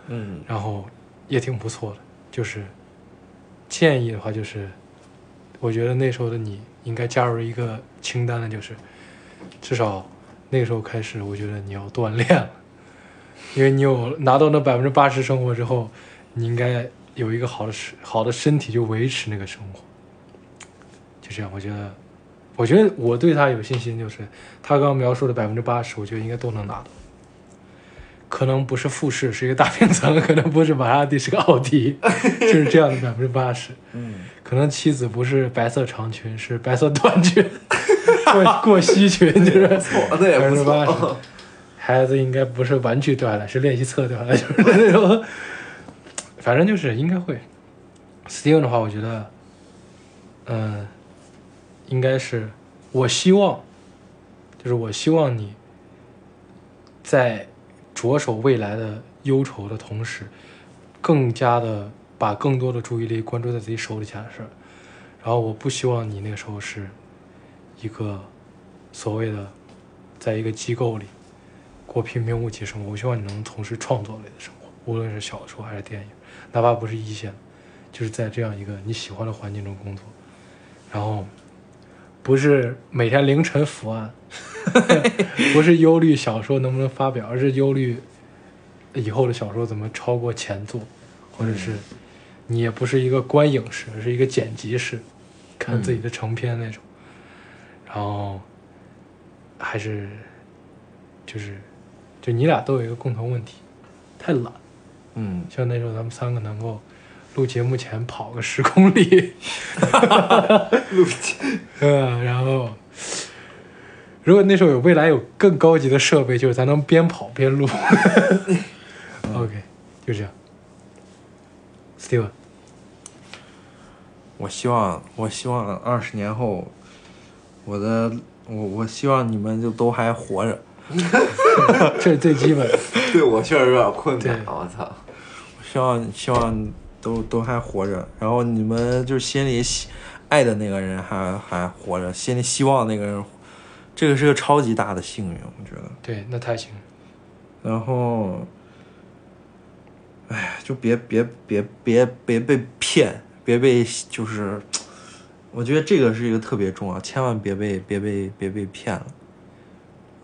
[SPEAKER 3] 嗯，
[SPEAKER 4] 然后也挺不错的。就是建议的话，就是我觉得那时候的你应该加入一个清单的，就是至少那时候开始，我觉得你要锻炼了， [laughs] 因为你有拿到那百分之八十生活之后，你应该有一个好的身好的身体去维持那个生活。就这样，我觉得，我觉得我对他有信心，就是他刚刚描述的百分之八十，我觉得应该都能拿到。可能不是复试，是一个大平层；可能不是玛莎拉蒂，是个奥迪，就是这样的百分之八十。
[SPEAKER 5] 嗯，
[SPEAKER 4] 可能妻子不是白色长裙，是白色短裙， [laughs] 过过膝裙，就是
[SPEAKER 5] 错，那啊也不
[SPEAKER 4] 百分之八
[SPEAKER 5] 错
[SPEAKER 4] 十。孩子应该不是玩具掉下来，是练习册掉下来， [laughs] 就是那种，反正就是应该会。Steven 的话，我觉得，嗯、应该是我希望，就是我希望你在着手未来的忧愁的同时，更加的把更多的注意力关注在自己手里下的事儿。然后我不希望你那个时候是一个所谓的在一个机构里过平平无奇生活。我希望你能从事创作类的生活，无论是小说还是电影，哪怕不是一线，就是在这样一个你喜欢的环境中工作，然后不是每天凌晨伏案， [laughs] 不是忧虑小说能不能发表，而是忧虑以后的小说怎么超过前作，或者是你也不是一个观影师，而是一个剪辑师，看自己的成片那种，然后还是就是就你俩都有一个共同问题，太懒。
[SPEAKER 3] 嗯，
[SPEAKER 4] 希望那时候咱们三个能够录节目前跑个十公里，
[SPEAKER 5] 录起
[SPEAKER 4] [laughs] 嗯，然后如果那时候有未来有更高级的设备，就是咱能边跑边录。OK，就这样。Steven，
[SPEAKER 3] 我希望我希望二十年后，我的我我希望你们就都还活着，
[SPEAKER 4] 这是最基本的。
[SPEAKER 5] 对我确实有点困难，
[SPEAKER 4] 对
[SPEAKER 5] 我操！
[SPEAKER 3] 希望希望都都还活着，然后你们就是心里喜爱的那个人还还活着，心里希望那个人，这个是个超级大的幸运，我觉得。
[SPEAKER 4] 对，那太行了。
[SPEAKER 3] 然后，哎，就别别别别别被骗，别被就是，我觉得这个是一个特别重要，千万别被别被别被骗了。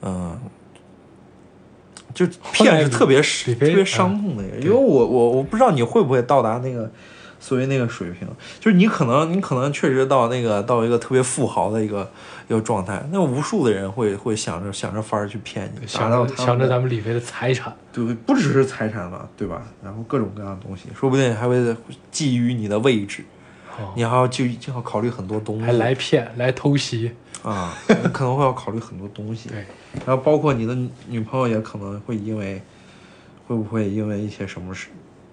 [SPEAKER 3] 嗯，就骗是特别是
[SPEAKER 4] 李飞
[SPEAKER 3] 特别伤痛的一个，因为我我我不知道你会不会到达那个所谓那个水平，就是你可能你可能确实到那个到一个特别富豪的一个一个状态，那无数的人会会想着想着法儿去骗你，达
[SPEAKER 4] 想
[SPEAKER 3] 到
[SPEAKER 4] 着
[SPEAKER 3] 他们
[SPEAKER 4] 想
[SPEAKER 3] 的
[SPEAKER 4] 着咱们李飞的财产，
[SPEAKER 3] 对，不只是财产了，对吧？然后各种各样的东西，说不定还会觊觎你的位置，
[SPEAKER 4] 哦
[SPEAKER 3] 你还要去就要考虑很多东西，
[SPEAKER 4] 还来骗来偷袭，
[SPEAKER 3] 啊，你可能会要考虑很多东西，
[SPEAKER 4] 对，
[SPEAKER 3] 然后包括你的女女朋友也可能会因为会不会因为一些什么事，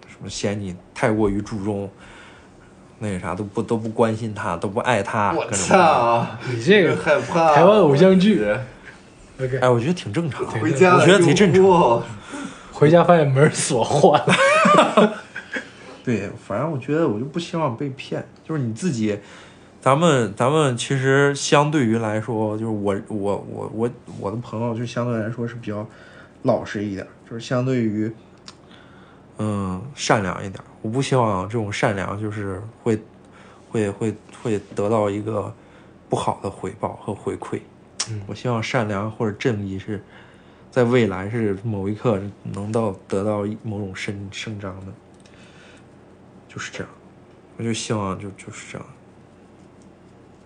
[SPEAKER 3] 什么嫌你太过于注重那个啥都不都不关心她，都不爱她，
[SPEAKER 5] 我
[SPEAKER 3] 各种各样的。
[SPEAKER 5] 操！
[SPEAKER 4] 你这个
[SPEAKER 5] 害怕。
[SPEAKER 4] 台湾偶像剧，OK，
[SPEAKER 3] 哎，我觉得挺正常的，
[SPEAKER 5] 回家了
[SPEAKER 3] 我觉得挺正
[SPEAKER 5] 就
[SPEAKER 3] 常。
[SPEAKER 5] 哭
[SPEAKER 4] 回家发现门锁换
[SPEAKER 3] [laughs]
[SPEAKER 4] 了，
[SPEAKER 3] 对，反正我觉得我就不希望被骗，就是你自己，咱们咱们其实相对于来说，就是我我我我我的朋友就相对来说是比较老实一点儿，就是相对于嗯善良一点儿。我不希望这种善良就是会会会会得到一个不好的回报和回馈。
[SPEAKER 4] 嗯
[SPEAKER 3] 我希望善良或者正义是在未来是某一刻能到得到一某种伸伸张的。就是这样，我就希望就就是这样。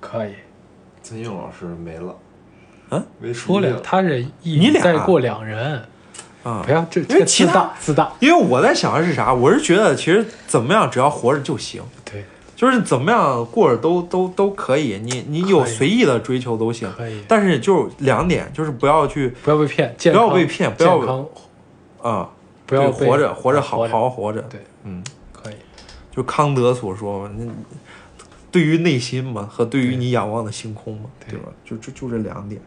[SPEAKER 4] 可以。
[SPEAKER 5] 曾勇老师没了，
[SPEAKER 3] 啊，
[SPEAKER 5] 没
[SPEAKER 4] 说了，他是一
[SPEAKER 3] 你
[SPEAKER 4] 米
[SPEAKER 3] 俩
[SPEAKER 4] 再过两人，
[SPEAKER 3] 啊
[SPEAKER 4] 不要这
[SPEAKER 3] 因为
[SPEAKER 4] 这
[SPEAKER 3] 其
[SPEAKER 4] 自
[SPEAKER 3] 他
[SPEAKER 4] 大自大，
[SPEAKER 3] 因为我在想的是啥，我是觉得其实怎么样，只要活着就行，
[SPEAKER 4] 对，
[SPEAKER 3] 就是怎么样过着都都都可以，你你有
[SPEAKER 4] 可以
[SPEAKER 3] 随意的追求都行
[SPEAKER 4] 可以，
[SPEAKER 3] 但是就是两点，就是不要去
[SPEAKER 4] 不要被骗，
[SPEAKER 3] 不
[SPEAKER 4] 健康
[SPEAKER 3] 要被骗，不要
[SPEAKER 4] 健康，
[SPEAKER 3] 啊，
[SPEAKER 4] 不要
[SPEAKER 3] 对
[SPEAKER 4] 被啊
[SPEAKER 3] 活着活着好
[SPEAKER 4] 活
[SPEAKER 3] 好
[SPEAKER 4] 着
[SPEAKER 3] 好活着，
[SPEAKER 4] 对，
[SPEAKER 3] 嗯，
[SPEAKER 4] 可以，
[SPEAKER 3] 就康德所说嘛，那对于内心嘛和对于你仰望的星空嘛，对
[SPEAKER 4] 对
[SPEAKER 3] 吧？就就就这两点，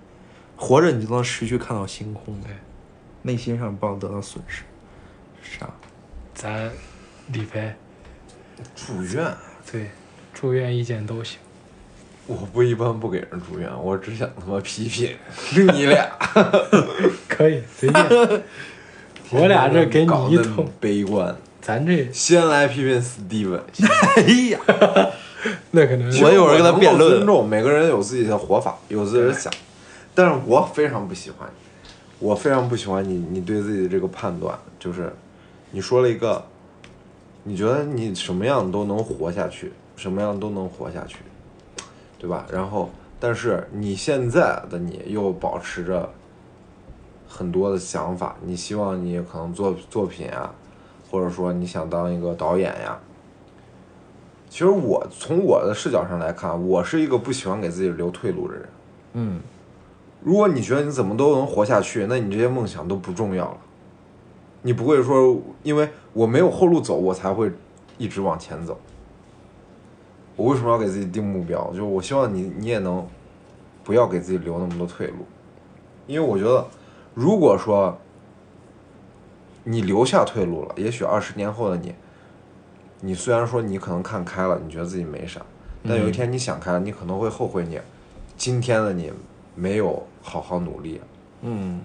[SPEAKER 3] 活着你就能持续看到星空，
[SPEAKER 4] 对，
[SPEAKER 3] 内心上不要得到损失，是
[SPEAKER 4] [laughs]
[SPEAKER 3] 啥？
[SPEAKER 4] 咱李飞
[SPEAKER 5] 住院。
[SPEAKER 4] 对住院意见都行，
[SPEAKER 5] 我不一般不给人住院，我只想他妈批评 [laughs] 你俩。
[SPEAKER 4] 可以随便，
[SPEAKER 3] [laughs]
[SPEAKER 4] 我俩这给你一
[SPEAKER 5] 搞得
[SPEAKER 4] 通
[SPEAKER 5] 么，悲观，
[SPEAKER 4] 咱这
[SPEAKER 5] 先来批评 Steven。 [laughs]
[SPEAKER 3] 哎呀，
[SPEAKER 4] 那可能
[SPEAKER 3] 我一会儿跟他辩论
[SPEAKER 5] 能够尊重每个人有自己的活法，有自己的想，但是我非常不喜欢你，我非常不喜欢你，你对自己的这个判断，就是你说了一个，你觉得你什么样都能活下去，什么样都能活下去，对吧？然后，但是你现在的你又保持着很多的想法，你希望你可能做作品啊，或者说你想当一个导演呀、其实我从我的视角上来看，我是一个不喜欢给自己留退路的人。
[SPEAKER 3] 嗯，
[SPEAKER 5] 如果你觉得你怎么都能活下去，那你这些梦想都不重要了。你不会说，因为我没有后路走，我才会一直往前走。我为什么要给自己定目标？就是我希望你，你也能不要给自己留那么多退路，因为我觉得，如果说你留下退路了，也许二十年后的你，你虽然说你可能看开了，你觉得自己没啥，但有一天你想开了，你可能会后悔你今天的你没有好好努力，
[SPEAKER 3] 嗯，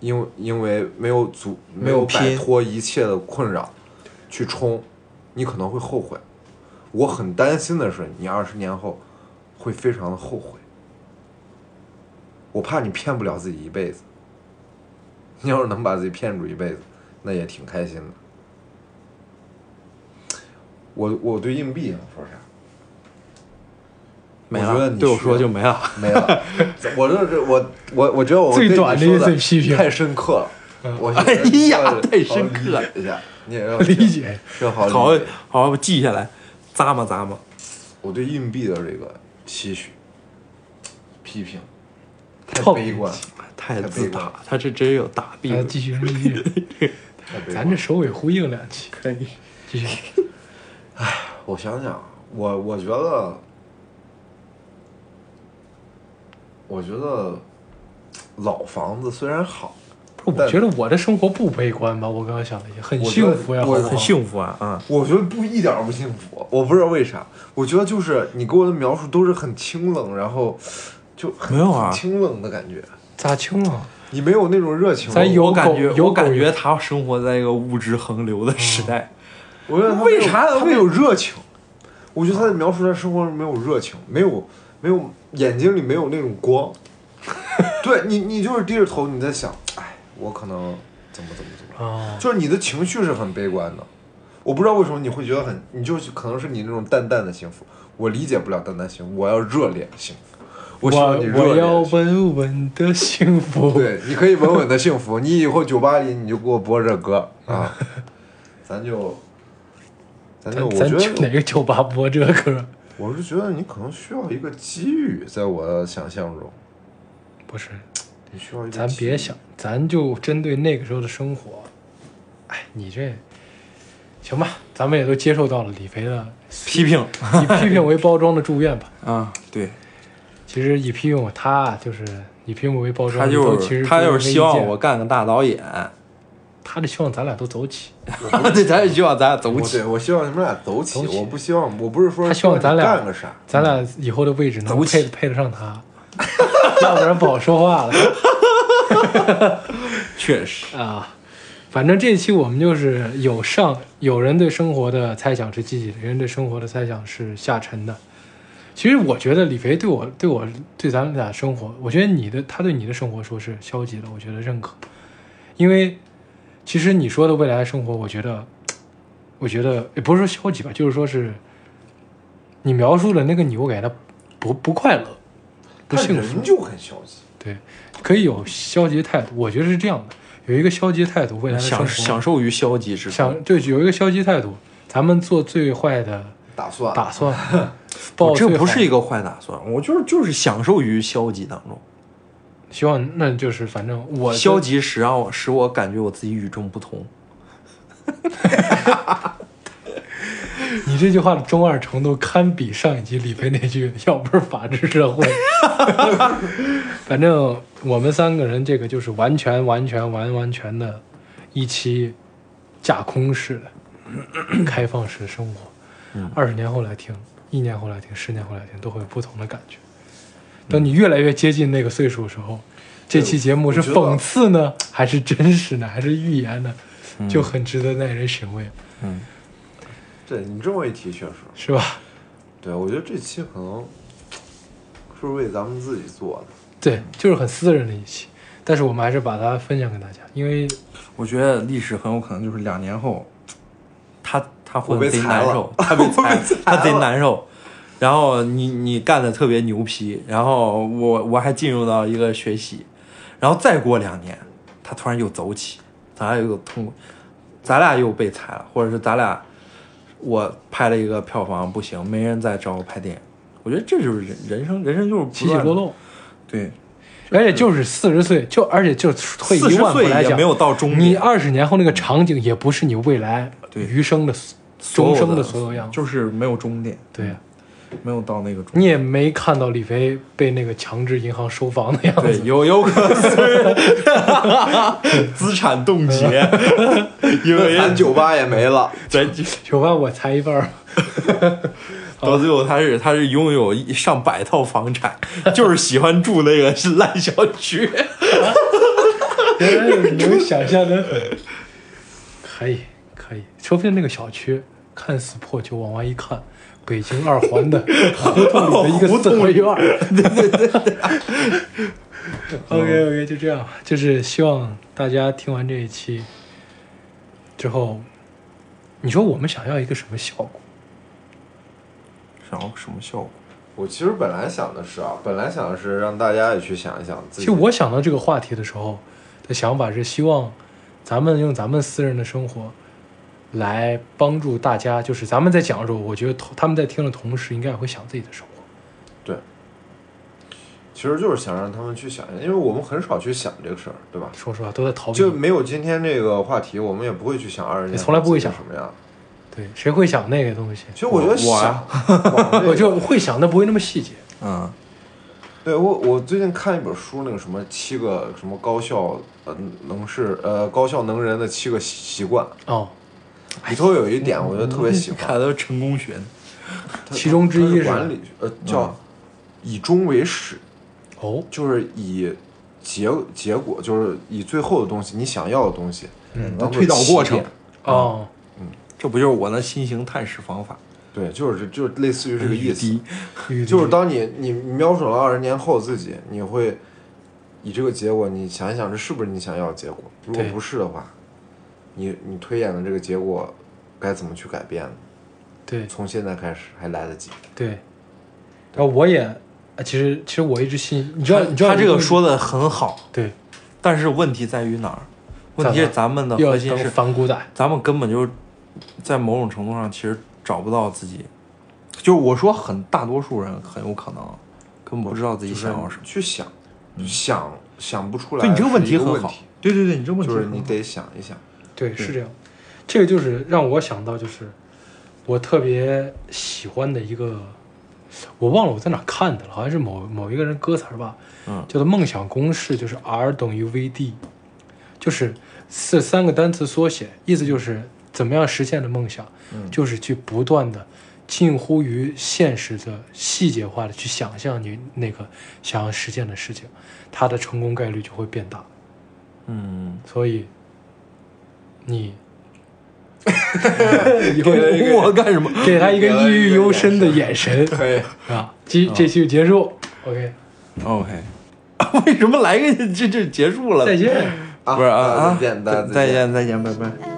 [SPEAKER 5] 因为因为没有足
[SPEAKER 3] 没
[SPEAKER 5] 没
[SPEAKER 3] 有
[SPEAKER 5] 有摆
[SPEAKER 3] 拼
[SPEAKER 5] 脱一切的困扰去冲，你可能会后悔。我很担心的是，你二十年后会非常的后悔。我怕你骗不了自己一辈子。你要是能把自己骗住一辈子，那也挺开心的。我我对硬币想啊说啥？
[SPEAKER 3] 没
[SPEAKER 5] 我觉
[SPEAKER 3] 了
[SPEAKER 5] 得，你
[SPEAKER 3] 对我
[SPEAKER 5] 需
[SPEAKER 3] 说
[SPEAKER 5] 要
[SPEAKER 3] 就没了。
[SPEAKER 4] [laughs]
[SPEAKER 5] 没了。我这是我我我觉得我
[SPEAKER 4] 最
[SPEAKER 5] 对你
[SPEAKER 4] 短的
[SPEAKER 5] 说
[SPEAKER 4] 一次批评嗯
[SPEAKER 5] 太深刻了。
[SPEAKER 4] [laughs]
[SPEAKER 5] 我
[SPEAKER 3] 哎呀太深刻
[SPEAKER 5] 了一下，你也要
[SPEAKER 4] 理解，
[SPEAKER 3] [laughs]
[SPEAKER 5] 要好
[SPEAKER 3] 好
[SPEAKER 5] 理解。
[SPEAKER 3] 好好记下来，咂摸咂摸。
[SPEAKER 5] 我对硬币的这个期许、批评太
[SPEAKER 4] 痛
[SPEAKER 5] 悲观，
[SPEAKER 3] 太
[SPEAKER 5] 太
[SPEAKER 3] 自
[SPEAKER 5] 悲观
[SPEAKER 3] 大，他这真有大病
[SPEAKER 4] 咱。继续录
[SPEAKER 3] [laughs]
[SPEAKER 4] 音，
[SPEAKER 5] 太悲观。
[SPEAKER 4] 咱这首尾呼应两期， [laughs] 可以继续。
[SPEAKER 5] 我想想，我我觉得，我觉得老房子虽然好，
[SPEAKER 4] 不是我
[SPEAKER 5] 但
[SPEAKER 4] 觉得我的生活不悲观吧？我刚刚想了一下，很
[SPEAKER 5] 我
[SPEAKER 4] 幸
[SPEAKER 5] 觉得
[SPEAKER 4] 福呀，
[SPEAKER 5] 我
[SPEAKER 4] 好不好
[SPEAKER 3] 很幸福啊啊！
[SPEAKER 5] 我觉得不一点儿不幸福，我不知道为啥，我觉得就是你给我的描述都是很清冷，然后就很
[SPEAKER 3] 没有啊
[SPEAKER 5] 很清冷的感觉，
[SPEAKER 4] 咋清了？
[SPEAKER 5] 你没有那种热情。
[SPEAKER 4] 咱有
[SPEAKER 3] 我感觉
[SPEAKER 4] 狗有
[SPEAKER 3] 我感
[SPEAKER 4] 狗
[SPEAKER 3] 觉
[SPEAKER 4] 有
[SPEAKER 3] 他生活在一个物质横流的
[SPEAKER 4] 嗯
[SPEAKER 3] 时代，
[SPEAKER 5] 我觉得他没有
[SPEAKER 3] 为啥
[SPEAKER 5] 他没有热情？我觉得他在描述他生活中没有热情，没有没有眼睛里没有那种
[SPEAKER 3] [laughs]
[SPEAKER 5] 光。对你，你就是低着头你在想，哎，我可能怎么怎么怎么，
[SPEAKER 4] 啊，
[SPEAKER 5] 就是你的情绪是很悲观的。我不知道为什么你会觉得很，你就是可能是你那种淡淡的幸福，我理解不了淡淡幸福，我要热烈的幸福，我希望你热烈
[SPEAKER 4] 我要
[SPEAKER 5] 的幸福。
[SPEAKER 4] 稳稳的幸福。
[SPEAKER 5] 对，你可以稳稳的幸福。你以后酒吧里你就给我播这歌
[SPEAKER 4] [laughs]
[SPEAKER 5] 啊，咱就，咱就
[SPEAKER 4] 咱
[SPEAKER 5] 我
[SPEAKER 4] 咱
[SPEAKER 5] 觉
[SPEAKER 4] 去
[SPEAKER 5] 得
[SPEAKER 4] 哪个酒吧播这歌？
[SPEAKER 5] 我是觉得你可能需要一个机遇，在我的想象中，
[SPEAKER 4] 不是，
[SPEAKER 5] 你需要一个
[SPEAKER 4] 咱
[SPEAKER 5] 机遇
[SPEAKER 4] 别想，咱就针对那个时候的生活。哎，你这行吧，咱们也都接受到了李飞的
[SPEAKER 3] 批评
[SPEAKER 4] 以批评为包装的祝愿吧。 [laughs]
[SPEAKER 3] 啊， [laughs] 对，
[SPEAKER 4] 其实以批评我他就是以批评为包装，
[SPEAKER 3] 他
[SPEAKER 4] 你都
[SPEAKER 3] 就
[SPEAKER 4] 其
[SPEAKER 3] 是
[SPEAKER 4] 实
[SPEAKER 3] 他
[SPEAKER 4] 都
[SPEAKER 3] 就
[SPEAKER 4] 没
[SPEAKER 3] 是
[SPEAKER 4] 意
[SPEAKER 3] 希望
[SPEAKER 4] 见
[SPEAKER 3] 我，干个大导演， [laughs]
[SPEAKER 4] 他就希望咱俩都走起，
[SPEAKER 3] 对，他也希望咱俩走
[SPEAKER 5] 我
[SPEAKER 3] 起
[SPEAKER 5] 对我希望你们俩走起，
[SPEAKER 4] 走起
[SPEAKER 5] 我不希望，我不是说
[SPEAKER 4] 他希望咱俩
[SPEAKER 5] 干个啥，
[SPEAKER 4] 咱俩以后的位置能
[SPEAKER 3] 嗯走起
[SPEAKER 4] 配配得上他， [laughs] 要不然不好说话了。
[SPEAKER 3] 确实，
[SPEAKER 4] 啊，反正这一期我们就是有上，有人对生活的猜想是积极的，有人对生活的猜想是下沉的。其实我觉得李飞对我、对我、对咱们俩生活，我觉得你的他对你的生活说是消极的，我觉得认可。因为其实你说的未来生活，我觉得，我觉得也不是说消极吧，就是说是你描述的那个你，我感觉他不不快乐，不
[SPEAKER 5] 他
[SPEAKER 4] 幸福
[SPEAKER 5] 人。就很消极。
[SPEAKER 4] 对，可以有消极态度，我觉得是这样的，有一个消极态度，未来的生活
[SPEAKER 3] 享享受于消极之中。
[SPEAKER 4] 想对有一个消极态度，咱们做最坏的
[SPEAKER 5] 打算
[SPEAKER 4] 打算，
[SPEAKER 3] [laughs] 我
[SPEAKER 4] 抱
[SPEAKER 3] 这不是一个
[SPEAKER 4] 个，
[SPEAKER 3] 坏打算，我就是就是享受于消极当中。
[SPEAKER 4] 希望那就是反正我
[SPEAKER 3] 消极使让我使我感觉我自己与众不同。
[SPEAKER 4] 你这句话的中二程度堪比上一集李飞那句“要不是法治社
[SPEAKER 5] [laughs]
[SPEAKER 4] 会”。反正我们三个人这个就是完全、完全、完完全的一期架空式
[SPEAKER 5] [clears throat]
[SPEAKER 4] 的开放式生活。
[SPEAKER 5] 嗯
[SPEAKER 4] 二十年后来听，一年后来听，十年后来听，都会有不同的感觉。
[SPEAKER 5] 嗯
[SPEAKER 4] 等你越来越接近那个岁数的时候，这期节目是
[SPEAKER 5] 我觉得
[SPEAKER 4] 讽刺呢，还是真实呢，还是预言呢？
[SPEAKER 5] 嗯
[SPEAKER 4] 就很值得耐人寻味，
[SPEAKER 5] 对你这么一提，确实，
[SPEAKER 4] 是吧？
[SPEAKER 5] 对我觉得这期可能是为咱们自己做的，
[SPEAKER 4] 对，就是很私人的一期，但是我们还是把它分享给大家，因为
[SPEAKER 3] 我觉得历史很有可能就是两年后，他他混
[SPEAKER 5] 我被
[SPEAKER 3] 得贼
[SPEAKER 5] 裁
[SPEAKER 3] 难
[SPEAKER 5] 了
[SPEAKER 3] 受， [laughs] 他被裁，他贼难受。然后你你干的特别牛批，然后我我还进入到一个学习，然后再过两年，他突然又走起，咱俩又通过，咱俩又被裁了，或者是咱俩我拍了一个票房不行，没人再找我拍电影。我觉得这就是人人生，人生就是不
[SPEAKER 4] 起起
[SPEAKER 3] 断地，
[SPEAKER 4] 落落，
[SPEAKER 3] 对，
[SPEAKER 4] 而且就是四十岁，就而且就退
[SPEAKER 3] 四
[SPEAKER 4] 一
[SPEAKER 3] 十
[SPEAKER 4] 万步
[SPEAKER 3] 岁
[SPEAKER 4] 来
[SPEAKER 3] 也
[SPEAKER 4] 讲，
[SPEAKER 3] 没有到中
[SPEAKER 4] 你
[SPEAKER 3] 年，嗯
[SPEAKER 4] 二十年后那个场景也不是你未来
[SPEAKER 3] 对
[SPEAKER 4] 余生的
[SPEAKER 3] 所
[SPEAKER 4] 终
[SPEAKER 3] 有
[SPEAKER 4] 生的所有样子，
[SPEAKER 3] 就是没有终点，
[SPEAKER 4] 对啊呀、
[SPEAKER 3] 没有到那个终
[SPEAKER 4] 你也没看到李飞被那个强制银行收房的样 [laughs]
[SPEAKER 3] 对
[SPEAKER 4] 子，，
[SPEAKER 3] 有有 [laughs] 可能资产冻 [laughs] 结，因
[SPEAKER 4] 哎
[SPEAKER 3] 为
[SPEAKER 5] 咱酒吧也没了，
[SPEAKER 3] 咱
[SPEAKER 4] 九万我裁一半儿，
[SPEAKER 3] 到最后他是他是拥有一上百套房产， [laughs] 就是喜欢住那个是烂小区。
[SPEAKER 4] 原来有你们想象的，可以可以，说不定那个小区看似破旧，往外一看，北京二环的 [laughs] 哦胡同 [laughs] 里的一个四合院儿。对对对。OK OK，就这样，就是希望大家听完这一期之后，你说我们想要一个什么效果？
[SPEAKER 3] 然后什么效果？
[SPEAKER 5] 我其实本来想的是啊，本来想的是让大家也去想一想自
[SPEAKER 4] 其
[SPEAKER 5] 己。
[SPEAKER 4] 实我想到这个话题的时候的想法是，希望咱们用咱们私人的生活来帮助大家。就是咱们在讲的时候，我觉得同他们在听的同时，应该也会想自己的生活。
[SPEAKER 5] 对，其实就是想让他们去想，因为我们很少去想这个事儿，对吧？
[SPEAKER 4] 说实话，都在逃避
[SPEAKER 5] 就。没有今天这个话题，我们也不会去想二十年
[SPEAKER 4] 你哎从来不会想
[SPEAKER 5] 后自己是什么样。
[SPEAKER 4] 对，谁会想那个东西
[SPEAKER 5] 其？实我觉得
[SPEAKER 3] 我
[SPEAKER 4] [laughs]
[SPEAKER 5] 想
[SPEAKER 3] 啊，
[SPEAKER 5] 往这个
[SPEAKER 4] 我就会想，但不会那么细节。
[SPEAKER 3] 嗯，
[SPEAKER 5] 对我，我最近看一本书，那个什么七个什么高效呃能是呃高效能人的七个习惯，
[SPEAKER 4] 哦，
[SPEAKER 5] 里头有一点我觉得特别
[SPEAKER 4] [laughs]
[SPEAKER 5] 喜欢，
[SPEAKER 3] 看到成功学呢，
[SPEAKER 5] 它
[SPEAKER 4] 其中之
[SPEAKER 5] 它
[SPEAKER 4] 一是
[SPEAKER 5] 管理呃
[SPEAKER 3] 嗯
[SPEAKER 5] 叫以终为始，
[SPEAKER 4] 哦，
[SPEAKER 5] 就是以结结果就是以最后的东西你想要的东西，嗯当做
[SPEAKER 3] 推导过程
[SPEAKER 5] 起点
[SPEAKER 3] 嗯
[SPEAKER 4] 哦，
[SPEAKER 3] 这不就是我那新型探视方法？
[SPEAKER 5] 对，就是这就是类似于这个意思
[SPEAKER 3] 嗯低，
[SPEAKER 4] 与
[SPEAKER 5] 就是当你你瞄准了二十年后自己，你会以这个结果，你想一想这是不是你想要的结果？如果
[SPEAKER 4] 对
[SPEAKER 5] 不是的话，你你推演的这个结果该怎么去改变呢？
[SPEAKER 4] 对
[SPEAKER 5] 从现在开始还来得及。
[SPEAKER 4] 对，然后我也，啊其实其实我一直信，你知道你知道
[SPEAKER 3] 他这个
[SPEAKER 4] 有一
[SPEAKER 3] 说的很好，
[SPEAKER 4] 对，
[SPEAKER 3] 但是问题在于哪儿？问题是咱们的
[SPEAKER 4] 要
[SPEAKER 3] 核心
[SPEAKER 4] 当
[SPEAKER 3] 是，
[SPEAKER 4] 反骨仔，
[SPEAKER 3] 咱们根本就在某种程度上其实找不到自己。就是我说很大多数人很有可能根本不知道自己
[SPEAKER 5] 就是
[SPEAKER 3] 想要什么。
[SPEAKER 5] 去想，想想不出来。
[SPEAKER 3] 对你这个问题很
[SPEAKER 5] 问
[SPEAKER 3] 好
[SPEAKER 5] 题，，
[SPEAKER 3] 对对对，你这个问题
[SPEAKER 5] 就是
[SPEAKER 3] 很
[SPEAKER 5] 你
[SPEAKER 3] 好
[SPEAKER 5] 得想一想。
[SPEAKER 4] 对，是这样。这个就是让我想到，就是我特别喜欢的一个，我忘了我在哪看的了，好像是某某一个人歌词儿吧，
[SPEAKER 3] 嗯
[SPEAKER 4] 叫做《梦想公式》，就是 R 等于 VD，就是这三个单词缩写，意思就是怎么样实现的梦想，就是去不断的。近乎于现实的细节化的去想象你那个想要实现的事情，它的成功概率就会变大。
[SPEAKER 3] 嗯，
[SPEAKER 4] 所以 [laughs] 你以后
[SPEAKER 3] 给我干什么？
[SPEAKER 4] [laughs] 给他一个抑郁幽深的眼神
[SPEAKER 5] 可以，
[SPEAKER 4] 啊！这这期就结束，OK，
[SPEAKER 3] OK，为什么来个这这结束了？
[SPEAKER 4] 再见。
[SPEAKER 5] 啊
[SPEAKER 3] 不是啊
[SPEAKER 5] 啊
[SPEAKER 3] 啊！
[SPEAKER 5] 再见大家
[SPEAKER 3] 再见再见，拜拜。
[SPEAKER 6] I